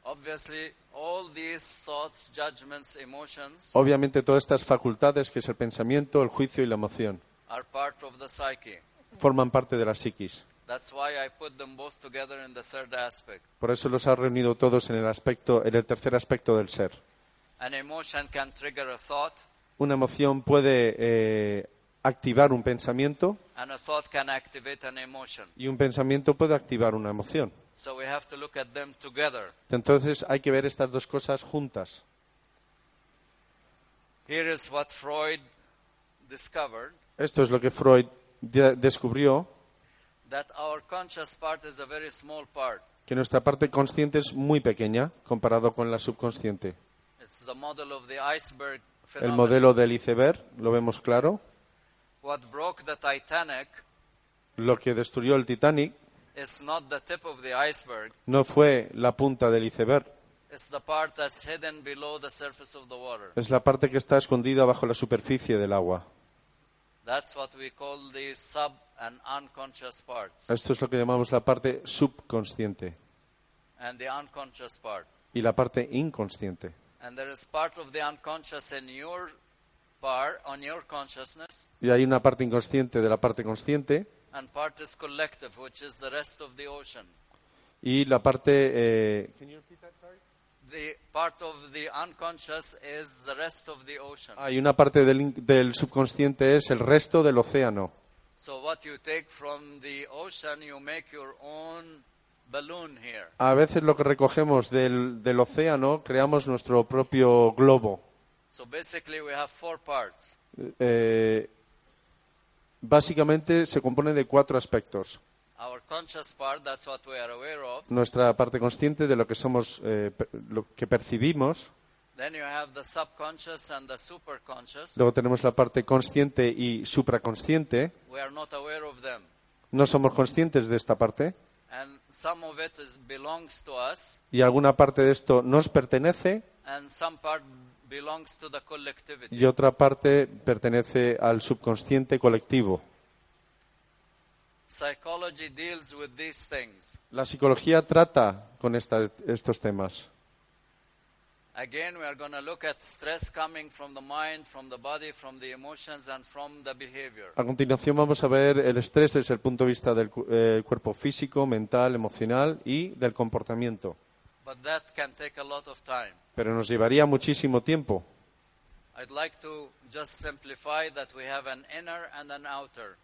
Speaker 1: Obviously, all these thoughts, judgments, emotions
Speaker 2: Obviamente todas estas facultades, que es el pensamiento, el juicio y la emoción,
Speaker 1: are part of the psyche.
Speaker 2: forman parte de la psiquis.
Speaker 1: That's why I put them both together in the third aspect.
Speaker 2: Por eso los ha reunido todos en el, aspecto, en el tercer aspecto del ser.
Speaker 1: An emotion can trigger a thought,
Speaker 2: Una emoción puede eh, activar un pensamiento
Speaker 1: and a thought can activate an emotion.
Speaker 2: y un pensamiento puede activar una emoción.
Speaker 1: So we have to look at them together.
Speaker 2: Entonces hay que ver estas dos cosas juntas.
Speaker 1: Here is what Freud discovered
Speaker 2: Esto es lo que Freud de- descubrió,
Speaker 1: that our conscious part is a very small part.
Speaker 2: que nuestra parte consciente es muy pequeña comparado con la subconsciente.
Speaker 1: It's the model of the iceberg
Speaker 2: El
Speaker 1: phenomenon.
Speaker 2: modelo del iceberg, lo vemos claro.
Speaker 1: What broke the Titanic
Speaker 2: Lo que destruyó el Titanic
Speaker 1: is not the tip of the iceberg,
Speaker 2: no fue la punta del iceberg,
Speaker 1: it's the part that's hidden below the surface of the water.
Speaker 2: es la parte que está escondida bajo la superficie del agua.
Speaker 1: That's what we call the sub and unconscious parts
Speaker 2: Esto es lo que llamamos la parte subconsciente
Speaker 1: and the unconscious part.
Speaker 2: y la parte inconsciente.
Speaker 1: And there is part of the unconscious in your part, on your consciousness,
Speaker 2: Y hay una parte inconsciente de la parte consciente
Speaker 1: and part is collective, which is the rest of the ocean.
Speaker 2: y la parte eh,
Speaker 1: The part of the unconscious is the rest of the ocean.
Speaker 2: hay una parte del, in- del subconsciente es el resto del océano.
Speaker 1: So what you take from the ocean, you make your own balloon here.
Speaker 2: A veces lo que recogemos del, del océano creamos nuestro propio globo.
Speaker 1: So basically, we have four parts.
Speaker 2: Eh, básicamente se compone de cuatro aspectos.
Speaker 1: Our conscious part, that's what we are aware of.
Speaker 2: Nuestra parte consciente de lo que somos, eh, per- lo que percibimos.
Speaker 1: Then you have the subconscious and the superconscious.
Speaker 2: Luego tenemos la parte consciente y supraconsciente.
Speaker 1: We are not aware of them.
Speaker 2: No somos conscientes de esta parte
Speaker 1: And some of it is, belongs to us,
Speaker 2: y alguna parte de esto nos pertenece
Speaker 1: and some part belongs to the collectivity.
Speaker 2: y otra parte pertenece al subconsciente colectivo.
Speaker 1: Psychology deals with these things.
Speaker 2: La psicología trata con esta- estos temas.
Speaker 1: Again, we are going to look at stress coming from the mind, from the body, from the emotions, and from the behavior.
Speaker 2: A continuación vamos a ver el estrés desde el punto de vista del cu- eh, cuerpo físico, mental, emocional y del comportamiento.
Speaker 1: But that can take a lot of time.
Speaker 2: Pero nos llevaría muchísimo tiempo.
Speaker 1: I'd like to just simplify that we have an inner and an outer.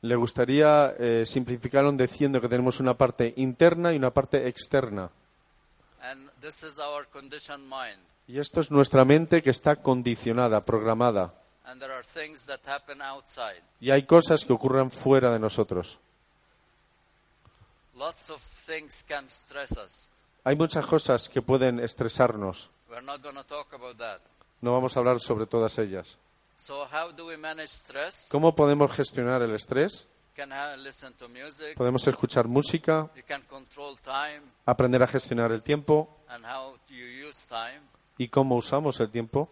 Speaker 2: Le gustaría eh, simplificarlo diciendo que tenemos una parte interna y una parte externa.
Speaker 1: And this is our conditioned mind.
Speaker 2: Y esto es nuestra mente que está condicionada, programada.
Speaker 1: And there are things that happen outside.
Speaker 2: Y hay cosas que ocurren fuera de nosotros.
Speaker 1: Lots of things can stress us.
Speaker 2: Hay muchas cosas que pueden estresarnos.
Speaker 1: We're not going to talk about that.
Speaker 2: No vamos a hablar sobre todas ellas.
Speaker 1: So, how do we manage stress?
Speaker 2: ¿Cómo podemos gestionar el estrés?
Speaker 1: You can ha- listen to music.
Speaker 2: Podemos escuchar música,
Speaker 1: You can control time
Speaker 2: aprender a gestionar el tiempo
Speaker 1: and how you use time.
Speaker 2: y cómo usamos el tiempo.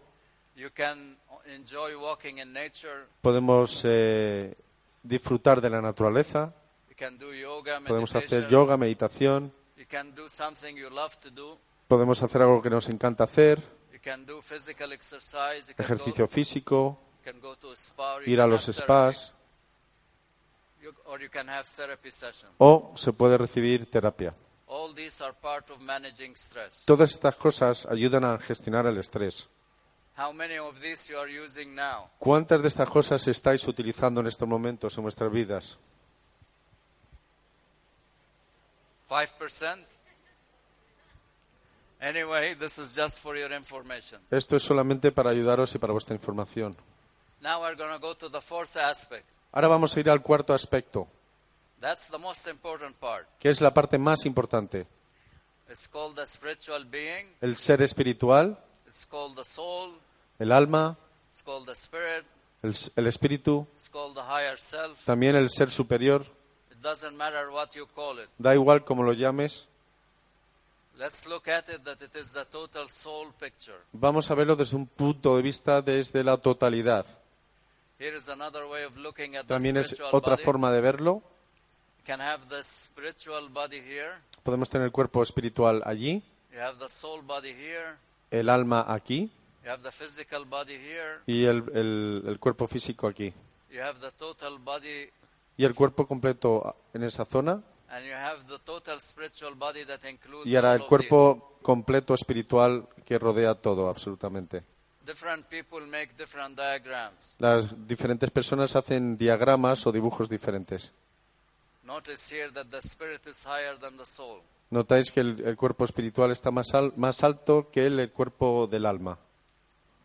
Speaker 1: You can enjoy walking in nature.
Speaker 2: Podemos eh, disfrutar de la naturaleza,
Speaker 1: You can do yoga,
Speaker 2: podemos
Speaker 1: meditation.
Speaker 2: hacer yoga, meditación,
Speaker 1: You can do something you love to do.
Speaker 2: podemos hacer algo que nos encanta hacer,
Speaker 1: You can do physical exercise. You can, go,
Speaker 2: ejercicio físico,
Speaker 1: you can go to a spa. or you
Speaker 2: ir a
Speaker 1: can
Speaker 2: los
Speaker 1: have
Speaker 2: spas
Speaker 1: therapy. You- or you can have therapy sessions.
Speaker 2: o se puede recibir terapia.
Speaker 1: All these are part of managing stress.
Speaker 2: Todas estas cosas ayudan a gestionar el estrés.
Speaker 1: How many of these you are using now?
Speaker 2: ¿Cuántas de estas cosas estáis utilizando en estos momentos en vuestras vidas?
Speaker 1: 5%? Anyway, this is just for your information.
Speaker 2: Esto es solamente para ayudaros y para vuestra información.
Speaker 1: Now we're going to go to the fourth aspect.
Speaker 2: Ahora vamos a ir al cuarto aspecto,
Speaker 1: That's the most important part.
Speaker 2: que es la parte más importante.
Speaker 1: It's called the spiritual being,
Speaker 2: El ser espiritual,
Speaker 1: it's called the soul,
Speaker 2: el alma,
Speaker 1: it's called the spirit,
Speaker 2: el, s- el espíritu,
Speaker 1: it's called the higher self.
Speaker 2: también el ser superior.
Speaker 1: It doesn't matter what you call it.
Speaker 2: Da igual como lo llames.
Speaker 1: Let's look at it that it is the total soul picture.
Speaker 2: Vamos a verlo desde un punto de vista desde la totalidad.
Speaker 1: Here is another way of looking at the
Speaker 2: También es
Speaker 1: spiritual
Speaker 2: otra
Speaker 1: body.
Speaker 2: forma de verlo.
Speaker 1: You can have the spiritual body here,
Speaker 2: Podemos tener el cuerpo espiritual allí,
Speaker 1: you have the soul body here,
Speaker 2: el alma aquí
Speaker 1: you have the physical body here,
Speaker 2: y el- el- el cuerpo físico aquí.
Speaker 1: you have the total body,
Speaker 2: Y el cuerpo completo en esa zona.
Speaker 1: and you have the total spiritual body that includes
Speaker 2: Y ahora
Speaker 1: all
Speaker 2: el
Speaker 1: of
Speaker 2: cuerpo completo espiritual que rodea todo, absolutamente.
Speaker 1: these. Different people make different diagrams.
Speaker 2: Las diferentes personas hacen diagramas o dibujos diferentes.
Speaker 1: Notice here that the spirit is higher than the soul.
Speaker 2: Notáis que el, el cuerpo espiritual está más, al- más alto que el, el cuerpo del alma.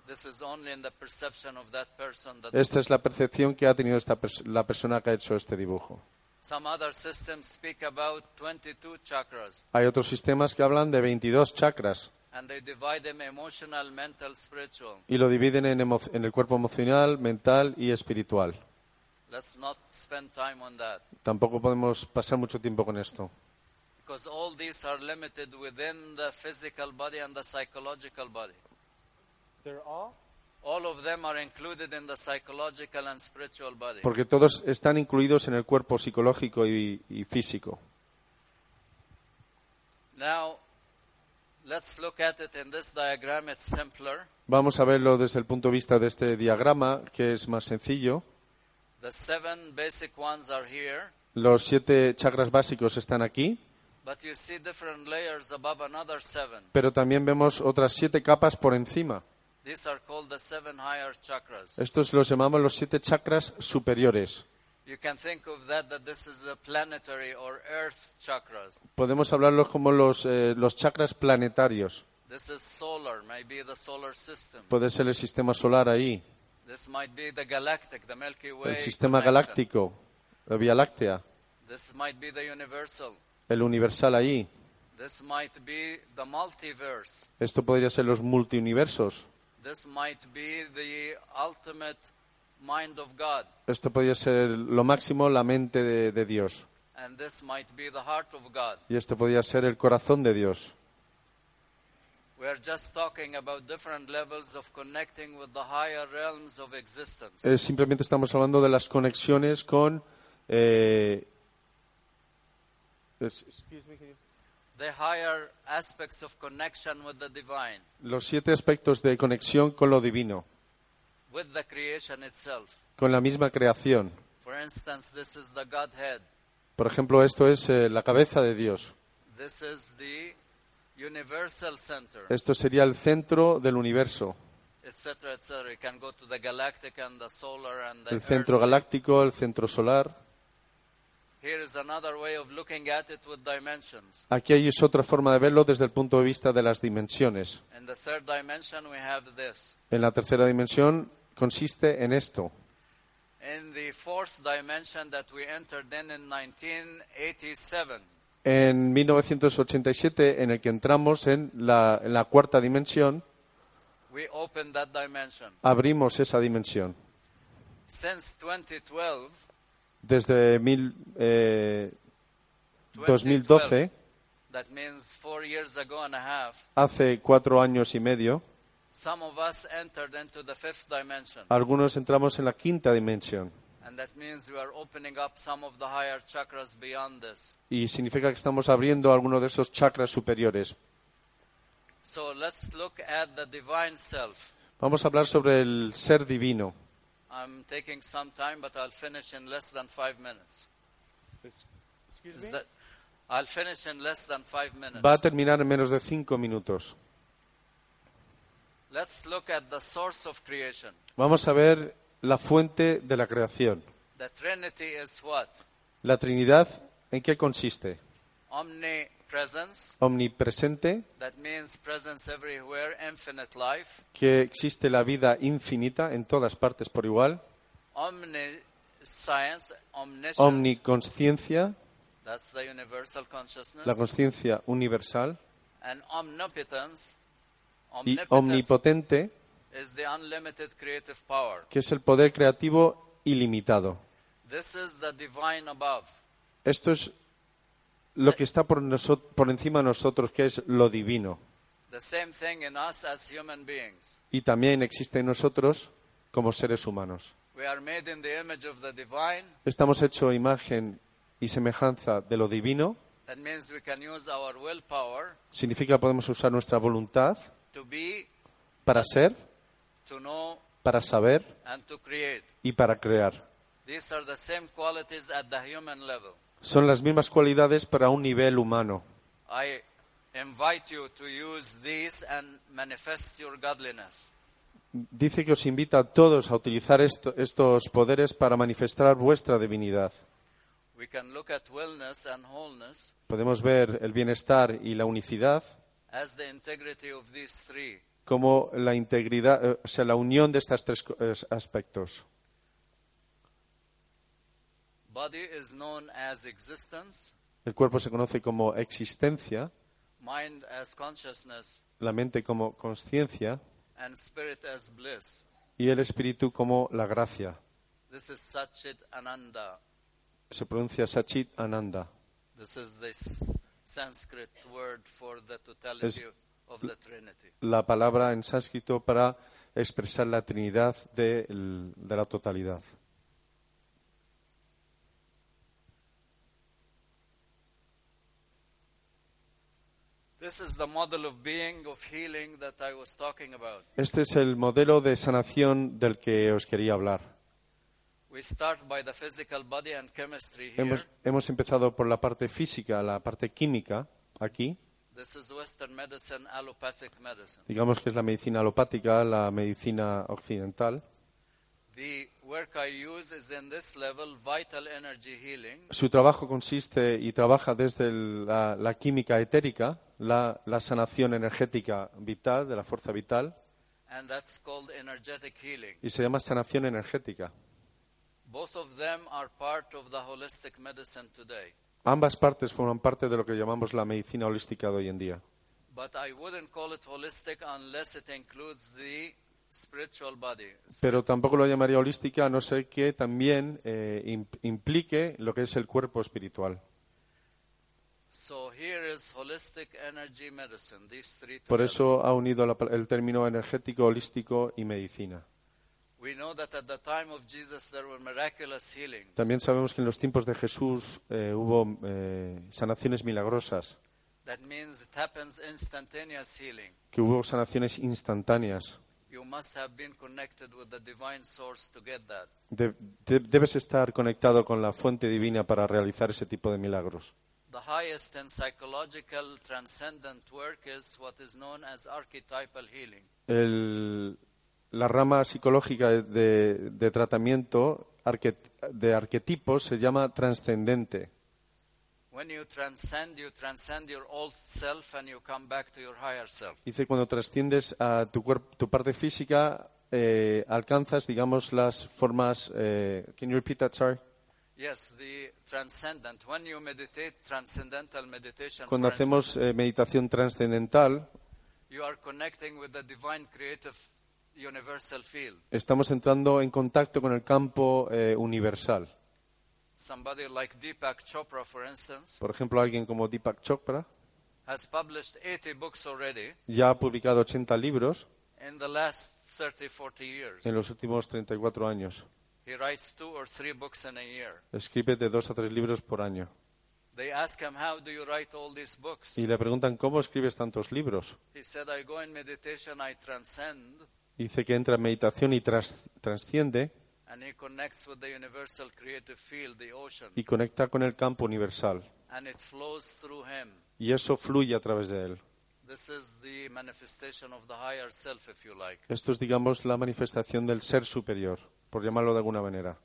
Speaker 1: This is only in the perception of that person that
Speaker 2: Esta es la percepción que ha tenido esta pers- la persona que ha hecho este dibujo.
Speaker 1: some other systems speak about 22 chakras
Speaker 2: Hay otros sistemas que hablan de 22 chakras
Speaker 1: and they divide them emotional, mental, spiritual.
Speaker 2: y lo dividen en, emo- en el cuerpo emocional, mental y espiritual.
Speaker 1: Let's not spend time on that
Speaker 2: Tampoco podemos pasar mucho tiempo con esto.
Speaker 1: because all these are limited within the physical body and the psychological body. All of them are included in the psychological and spiritual body.
Speaker 2: Porque todos están incluidos en el cuerpo psicológico y, y físico.
Speaker 1: Now, let's look at it in this diagram. It's simpler.
Speaker 2: Vamos a verlo desde el punto de vista de este diagrama, que es más sencillo.
Speaker 1: The seven basic ones are here,
Speaker 2: Los siete chakras básicos están aquí,
Speaker 1: but you see different layers above another seven.
Speaker 2: pero también vemos otras siete capas por encima.
Speaker 1: These are called the seven higher chakras.
Speaker 2: Estos los llamamos los siete chakras superiores.
Speaker 1: You can think of that that this is a planetary or earth chakras.
Speaker 2: Podemos hablarlos como los, eh, los chakras planetarios.
Speaker 1: This is solar, maybe the solar system.
Speaker 2: Puede ser el sistema solar ahí,
Speaker 1: This might be the galactic, the Milky Way.
Speaker 2: el sistema
Speaker 1: connection.
Speaker 2: galáctico, la Vía Láctea,
Speaker 1: This might be the universal.
Speaker 2: el universal ahí.
Speaker 1: This might be the multiverse.
Speaker 2: Esto podría ser los multiuniversos.
Speaker 1: This might be the ultimate mind of God.
Speaker 2: Esto podría ser lo máximo la mente de, de Dios.
Speaker 1: And this might be the heart of God.
Speaker 2: Y esto podría ser el corazón de Dios.
Speaker 1: We are just talking about different levels of connecting with the higher realms of existence.
Speaker 2: Eh, simplemente estamos hablando de las conexiones con Eh, es-
Speaker 1: the higher aspects of connection with the divine,
Speaker 2: los siete aspectos de conexión con lo divino,
Speaker 1: with the creation itself.
Speaker 2: con la misma creación.
Speaker 1: For instance, this is the Godhead,
Speaker 2: Por ejemplo, esto es eh, la cabeza de Dios.
Speaker 1: this is the universal center,
Speaker 2: Esto sería el centro del universo,
Speaker 1: etc., etc. You can go to the galactic and the solar and the
Speaker 2: el centro
Speaker 1: earthly.
Speaker 2: galáctico, el centro solar.
Speaker 1: Here is another way of looking at it with dimensions.
Speaker 2: Aquí hay es otra forma de verlo desde el punto de vista de las dimensiones.
Speaker 1: In the third dimension, we have this.
Speaker 2: En la tercera dimensión consiste en esto.
Speaker 1: In the fourth dimension that we entered in in 1987,
Speaker 2: En 1987, en el que entramos en la, en la cuarta dimensión,
Speaker 1: we opened that dimension.
Speaker 2: abrimos esa dimensión.
Speaker 1: Since 2012,
Speaker 2: Desde mil, eh, 2012,
Speaker 1: that means four years ago and a half,
Speaker 2: hace cuatro años y medio,
Speaker 1: some of us entered into the fifth dimension.
Speaker 2: algunos entramos en la quinta dimensión.
Speaker 1: And that means we are opening up some of the higher chakras beyond this.
Speaker 2: Y significa que estamos abriendo alguno de esos chakras superiores.
Speaker 1: So let's look at the divine self.
Speaker 2: Vamos a hablar sobre el ser divino.
Speaker 1: I'm taking some time, but I'll finish in less than five minutes. Is that- I'll finish in less than five minutes.
Speaker 2: Va a terminar en menos de cinco minutos.
Speaker 1: Let's look at the source of creation.
Speaker 2: Vamos a ver la fuente de la creación.
Speaker 1: The Trinity is what?
Speaker 2: La Trinidad, ¿en qué consiste?
Speaker 1: Omnipresence,
Speaker 2: Omnipresente,
Speaker 1: that means presence everywhere, infinite life.
Speaker 2: que existe la vida infinita en todas partes por igual.
Speaker 1: Omniscience, omniscience,
Speaker 2: Omniconsciencia,
Speaker 1: that's the universal
Speaker 2: la
Speaker 1: consciousness.
Speaker 2: consciencia universal.
Speaker 1: And omnipotence,
Speaker 2: Y
Speaker 1: omnipotence
Speaker 2: omnipotente,
Speaker 1: is the unlimited creative power.
Speaker 2: que es el poder creativo ilimitado.
Speaker 1: This is the divine above.
Speaker 2: Esto es lo que está por, noso- por encima de nosotros, que es lo divino.
Speaker 1: The same thing in us as human beings.
Speaker 2: Y también existe en nosotros como seres humanos.
Speaker 1: We are made in the image of the divine.
Speaker 2: Estamos hecho imagen y semejanza de lo divino.
Speaker 1: That means we can use our willpower
Speaker 2: Significa podemos usar nuestra voluntad
Speaker 1: to be,
Speaker 2: para ser,
Speaker 1: to know,
Speaker 2: para saber
Speaker 1: and to create.
Speaker 2: y para crear.
Speaker 1: These are the same qualities at the human level.
Speaker 2: Son las mismas cualidades para un nivel humano.
Speaker 1: I invite you to use these and manifest your godliness.
Speaker 2: Dice que os invita a todos a utilizar esto- estos poderes para manifestar vuestra divinidad.
Speaker 1: We can look at wellness and wholeness
Speaker 2: Podemos ver el bienestar y la unicidad
Speaker 1: as the integrity of these three.
Speaker 2: como la integridad, eh, o sea, la unión de estos tres co- eh, aspectos.
Speaker 1: Body is known as existence,
Speaker 2: El cuerpo se conoce como existencia,
Speaker 1: mind as consciousness,
Speaker 2: la mente como conciencia
Speaker 1: and spirit as bliss.
Speaker 2: y el espíritu como la gracia.
Speaker 1: This is Satchit Ananda.
Speaker 2: Se pronuncia Sachit Ananda.
Speaker 1: This is the s- Sanskrit word for the totality
Speaker 2: Es-
Speaker 1: of the Trinity.
Speaker 2: la palabra en sánscrito para expresar la Trinidad de, el- de la totalidad.
Speaker 1: This is the model of being, of healing that I was talking about.
Speaker 2: Este es el modelo de sanación del que os quería hablar.
Speaker 1: We start by the physical body and chemistry here.
Speaker 2: Hemos, hemos empezado por la parte física, la parte química, aquí.
Speaker 1: This is Western medicine, allopathic medicine.
Speaker 2: Digamos que es la medicina alopática, la medicina occidental.
Speaker 1: The work I use is in this level vital energy healing,
Speaker 2: Su trabajo consiste y trabaja desde el- la, la química etérica, la, la sanación energética vital, de la fuerza vital,
Speaker 1: and that's called energetic healing.
Speaker 2: y se llama sanación energética.
Speaker 1: Both of them are part of the holistic medicine today.
Speaker 2: Ambas partes forman parte de lo que llamamos la medicina holística de hoy en día.
Speaker 1: But I wouldn't call it holistic unless it includes the spiritual body.
Speaker 2: Pero tampoco lo llamaría holística a no ser que también eh, im- implique lo que es el cuerpo espiritual.
Speaker 1: So here is holistic energy medicine, these three
Speaker 2: Por
Speaker 1: together.
Speaker 2: eso ha unido la pa- el término energético, holístico y medicina.
Speaker 1: We know that at the time of Jesus there were miraculous healings.
Speaker 2: También sabemos que en los tiempos de Jesús eh, hubo eh, sanaciones milagrosas,
Speaker 1: That means it happens instantaneous healing.
Speaker 2: que hubo sanaciones instantáneas.
Speaker 1: You must have been connected with the divine source to get that.
Speaker 2: De- de- debes estar conectado con la fuente divina para realizar ese tipo de milagros.
Speaker 1: The highest and psychological transcendent work is what is known as archetypal healing.
Speaker 2: El- la rama psicológica de, de tratamiento arque- de arquetipos se llama trascendente.
Speaker 1: When you transcend, you transcend your old self and you come back to your higher self.
Speaker 2: Dice cuando trasciendes a tu, cuerp- tu parte física, eh, alcanzas, digamos, las formas. eh, can you repeat that, sorry?
Speaker 1: Yes, the transcendent. When you meditate transcendental meditation,
Speaker 2: Cuando
Speaker 1: for instance,
Speaker 2: hacemos eh, meditación trascendental,
Speaker 1: you are connecting with the divine creative universal field.
Speaker 2: estamos entrando en contacto con el campo eh, universal.
Speaker 1: Somebody like Deepak Chopra, for instance,
Speaker 2: Por ejemplo, alguien como Deepak Chopra
Speaker 1: has published 80 books already
Speaker 2: ya ha publicado 80 libros
Speaker 1: in the last 30, 40 years.
Speaker 2: en los últimos 34 años.
Speaker 1: He writes two or three books in a year.
Speaker 2: Escribe de dos a tres libros por año.
Speaker 1: They ask him, How do you write all these books?
Speaker 2: Y le preguntan, ¿cómo escribes tantos libros?
Speaker 1: He said, I go in meditation, I transcend,
Speaker 2: Dice que entra en meditación y tras- trasciende
Speaker 1: and he connects with the universal creative field, the ocean,
Speaker 2: y conecta con el campo universal.
Speaker 1: and it flows through him.
Speaker 2: Y eso fluye a través de él.
Speaker 1: This is the manifestation of the higher self, if you like.
Speaker 2: Esto es, digamos, la manifestación del ser superior, por llamarlo de alguna manera.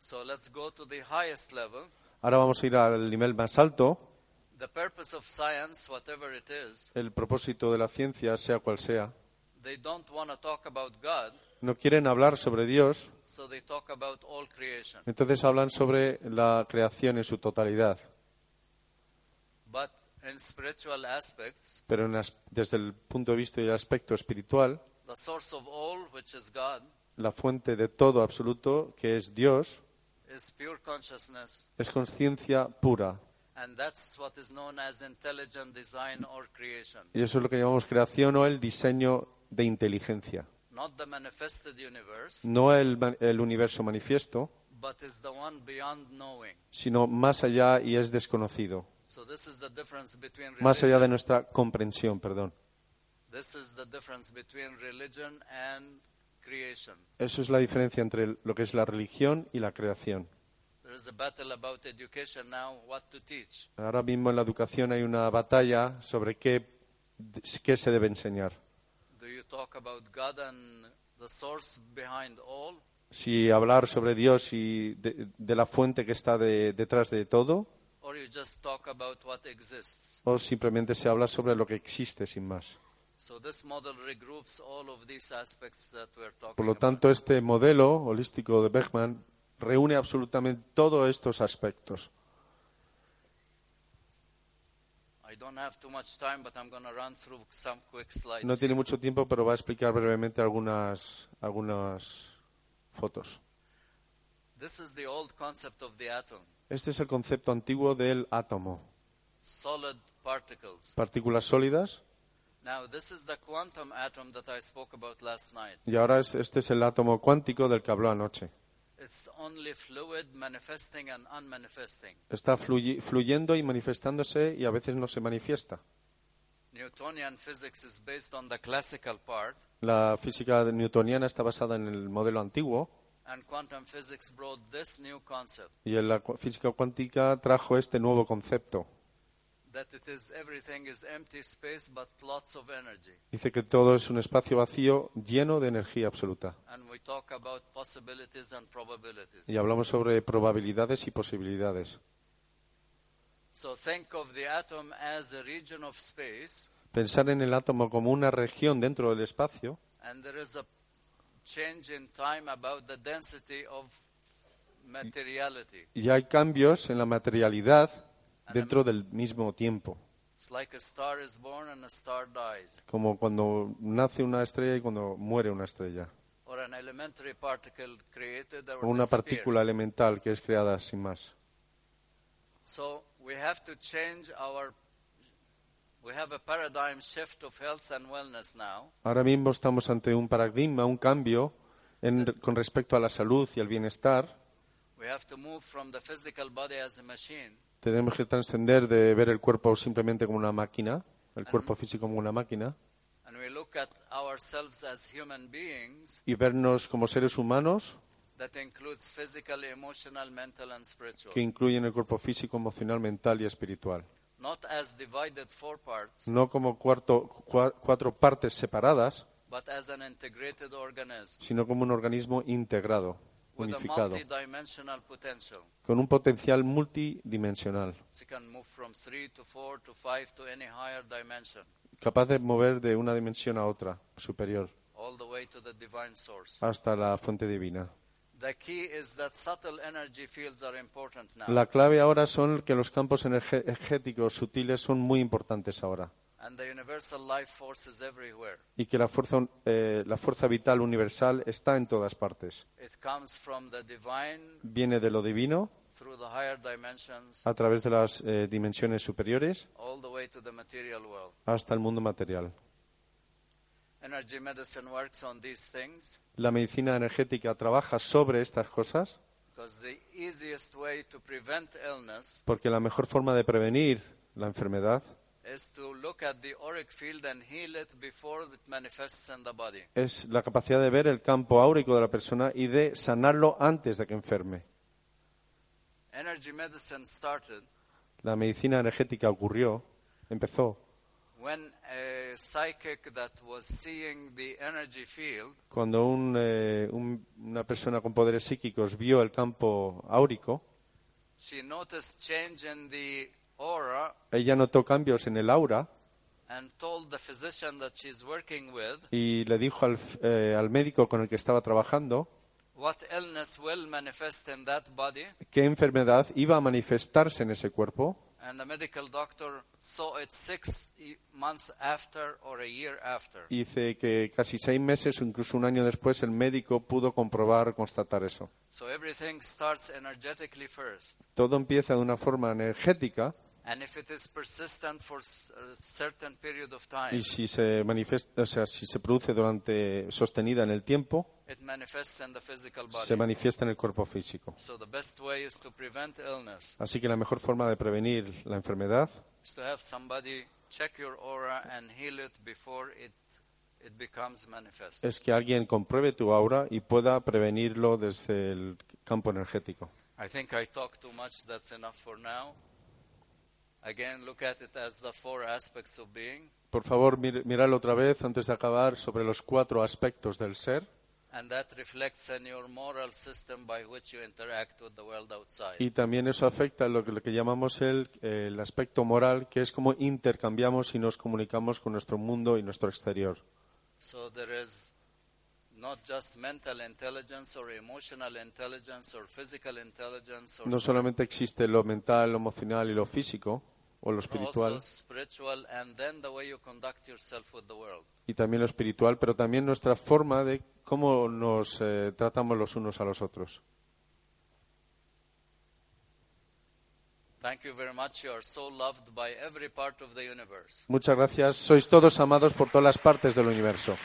Speaker 1: So let's go to the highest level.
Speaker 2: Ahora vamos a ir al nivel más alto,
Speaker 1: The purpose of science, whatever it is,
Speaker 2: el propósito de la ciencia, sea cual sea.
Speaker 1: they don't want to talk about God,
Speaker 2: No quieren hablar sobre Dios,
Speaker 1: so they talk about all creation.
Speaker 2: entonces hablan sobre la creación en su totalidad.
Speaker 1: But in spiritual aspects,
Speaker 2: Pero en as- desde el punto de vista y el aspecto espiritual,
Speaker 1: the source of all, which is God,
Speaker 2: la fuente de todo absoluto, que es Dios,
Speaker 1: is pure consciousness,
Speaker 2: es conciencia pura.
Speaker 1: and that's what is known as intelligent design or creation,
Speaker 2: Y eso es lo que llamamos creación o el diseño de inteligencia.
Speaker 1: not the manifested universe,
Speaker 2: No el ma- el universo manifiesto,
Speaker 1: but is the one beyond knowing.
Speaker 2: sino más allá y es desconocido.
Speaker 1: So this is the difference between
Speaker 2: Más
Speaker 1: religion.
Speaker 2: allá de nuestra comprensión, perdón.
Speaker 1: This is the difference between religion and creation.
Speaker 2: Eso es la diferencia entre lo que es la religión y la creación.
Speaker 1: There is a battle about education now, what to teach.
Speaker 2: Ahora mismo en la educación hay una batalla sobre qué, qué se debe enseñar.
Speaker 1: Do you talk about God and the source behind all,
Speaker 2: Si hablar sobre Dios y de, de la fuente que está de- detrás de todo,
Speaker 1: or you just talk about what exists?
Speaker 2: o simplemente se habla sobre lo que existe sin más.
Speaker 1: So this model regroups all of these aspects that we're talking
Speaker 2: Por lo
Speaker 1: about.
Speaker 2: tanto, este modelo holístico de Bergman reúne absolutamente todos estos aspectos.
Speaker 1: I don't have too much time, but I'm going to run through some quick slides.
Speaker 2: No tiene mucho tiempo, pero va a explicar brevemente algunas, algunas fotos.
Speaker 1: This is the old concept of the atom,
Speaker 2: Este es el concepto antiguo del átomo.
Speaker 1: solid particles.
Speaker 2: Partículas sólidas.
Speaker 1: Now, this is the quantum atom that I spoke about last night.
Speaker 2: Y ahora es- este es el átomo cuántico del que habló anoche.
Speaker 1: It's only fluid, manifesting and unmanifesting.
Speaker 2: Está fluyi- fluyendo y manifestándose y a veces no se manifiesta.
Speaker 1: Newtonian physics is based on the classical part,
Speaker 2: La física newtoniana está basada en el modelo antiguo
Speaker 1: and quantum physics brought this new concept
Speaker 2: y en la cu- física cuántica trajo este nuevo concepto.
Speaker 1: that it is everything is empty space but lots of energy.
Speaker 2: Dice que todo es un espacio vacío lleno de energía absoluta.
Speaker 1: and we talk about possibilities and probabilities.
Speaker 2: Y hablamos sobre probabilidades y posibilidades.
Speaker 1: So think of the atom as a region of space,
Speaker 2: Pensar en el átomo como una región dentro del espacio
Speaker 1: and there is a change in time about the density of materiality.
Speaker 2: y hay cambios en la materialidad dentro del mismo tiempo.
Speaker 1: It's like a star is born and a star dies,
Speaker 2: Como cuando nace una estrella y cuando muere una estrella.
Speaker 1: or an elementary particle created or
Speaker 2: O una
Speaker 1: disappears.
Speaker 2: partícula elemental que es creada sin más.
Speaker 1: So we have to change our. We have a paradigm shift of health and wellness now.
Speaker 2: Ahora mismo estamos ante un paradigma, un cambio en- con respecto a la salud y al bienestar,
Speaker 1: We have to move from the physical body as a machine
Speaker 2: tenemos que trascender de ver el cuerpo simplemente como una máquina, el cuerpo físico como una máquina,
Speaker 1: and we look at ourselves as human beings
Speaker 2: y vernos como seres humanos
Speaker 1: that includes physical, emotional, mental, and spiritual.
Speaker 2: que incluyen el cuerpo físico, emocional, mental y espiritual.
Speaker 1: Not as divided four parts,
Speaker 2: No como cuarto- cua- cuatro partes separadas,
Speaker 1: but as an integrated organism
Speaker 2: sino como un organismo integrado,
Speaker 1: with a
Speaker 2: unificado,
Speaker 1: multi-dimensional potential.
Speaker 2: con un potencial multidimensional,
Speaker 1: So it can move from three to four to five to any higher dimension,
Speaker 2: capaz de mover de una dimensión a otra, superior,
Speaker 1: all the way to the divine source.
Speaker 2: hasta la fuente divina.
Speaker 1: The key is that subtle energy fields are important now.
Speaker 2: La clave ahora son que los campos energe- energéticos sutiles son muy importantes ahora
Speaker 1: and the universal life force is everywhere.
Speaker 2: y que la fuerza, eh, la fuerza vital universal está en todas partes.
Speaker 1: It comes from the divine
Speaker 2: Viene de lo divino
Speaker 1: through the higher dimensions
Speaker 2: a través de las eh, dimensiones superiores
Speaker 1: all the way to the material world.
Speaker 2: hasta el mundo material.
Speaker 1: Energy medicine works on these things
Speaker 2: La medicina energética trabaja sobre estas cosas
Speaker 1: because the easiest way to prevent illness
Speaker 2: porque la mejor forma de prevenir la enfermedad
Speaker 1: is to look at the auric field and heal it before it manifests in the body.
Speaker 2: es la capacidad de ver el campo áurico de la persona y de sanarlo antes de que enferme.
Speaker 1: Energy medicine started
Speaker 2: La medicina energética ocurrió, empezó
Speaker 1: when a psychic that was seeing the energy field
Speaker 2: cuando un, eh, un- una persona con poderes psíquicos vio el campo áurico,
Speaker 1: She noticed change in the aura
Speaker 2: ella notó cambios en el aura
Speaker 1: and told the physician that she's working with
Speaker 2: y le dijo al, f- eh, al médico con el que estaba trabajando
Speaker 1: what illness will manifest in that body.
Speaker 2: qué enfermedad iba a manifestarse en ese cuerpo
Speaker 1: And the medical doctor saw it six e- months after or a year after.
Speaker 2: y dice que casi seis meses o incluso un año después el médico pudo comprobar, constatar eso.
Speaker 1: So everything starts energetically first.
Speaker 2: Todo empieza de una forma energética
Speaker 1: And if it is persistent for s- a certain period of
Speaker 2: y
Speaker 1: time,
Speaker 2: si se manifiesta, o sea, si se produce durante sostenida en el tiempo,
Speaker 1: it manifests in the physical
Speaker 2: se
Speaker 1: body.
Speaker 2: manifiesta en el cuerpo físico.
Speaker 1: So the best way is to prevent illness,
Speaker 2: Así que la mejor forma de prevenir la enfermedad
Speaker 1: is to have somebody check your aura and heal it before it, it becomes manifest.
Speaker 2: es que alguien compruebe tu aura y pueda prevenirlo desde el campo energético.
Speaker 1: I think I talked too much. That's enough for now. Again, look at it as the four aspects of being.
Speaker 2: Por favor, mir- miradlo otra vez antes de acabar sobre los cuatro aspectos del ser
Speaker 1: And that reflects in your moral system by which you interact with the world outside.
Speaker 2: y también eso afecta a lo que, lo que llamamos el, el aspecto moral, que es cómo intercambiamos y nos comunicamos con nuestro mundo y nuestro exterior.
Speaker 1: so there is not just mental intelligence or emotional intelligence or physical intelligence or
Speaker 2: No solamente existe lo mental, lo emocional y lo físico o lo
Speaker 1: also
Speaker 2: espiritual,
Speaker 1: spiritual and then the way you conduct yourself with the world.
Speaker 2: y también lo espiritual, pero también nuestra forma de cómo nos eh, tratamos los unos a los otros.
Speaker 1: Thank you very much. You are so loved by every part of the universe.
Speaker 2: Muchas gracias. Sois todos amados por todas las partes del universo.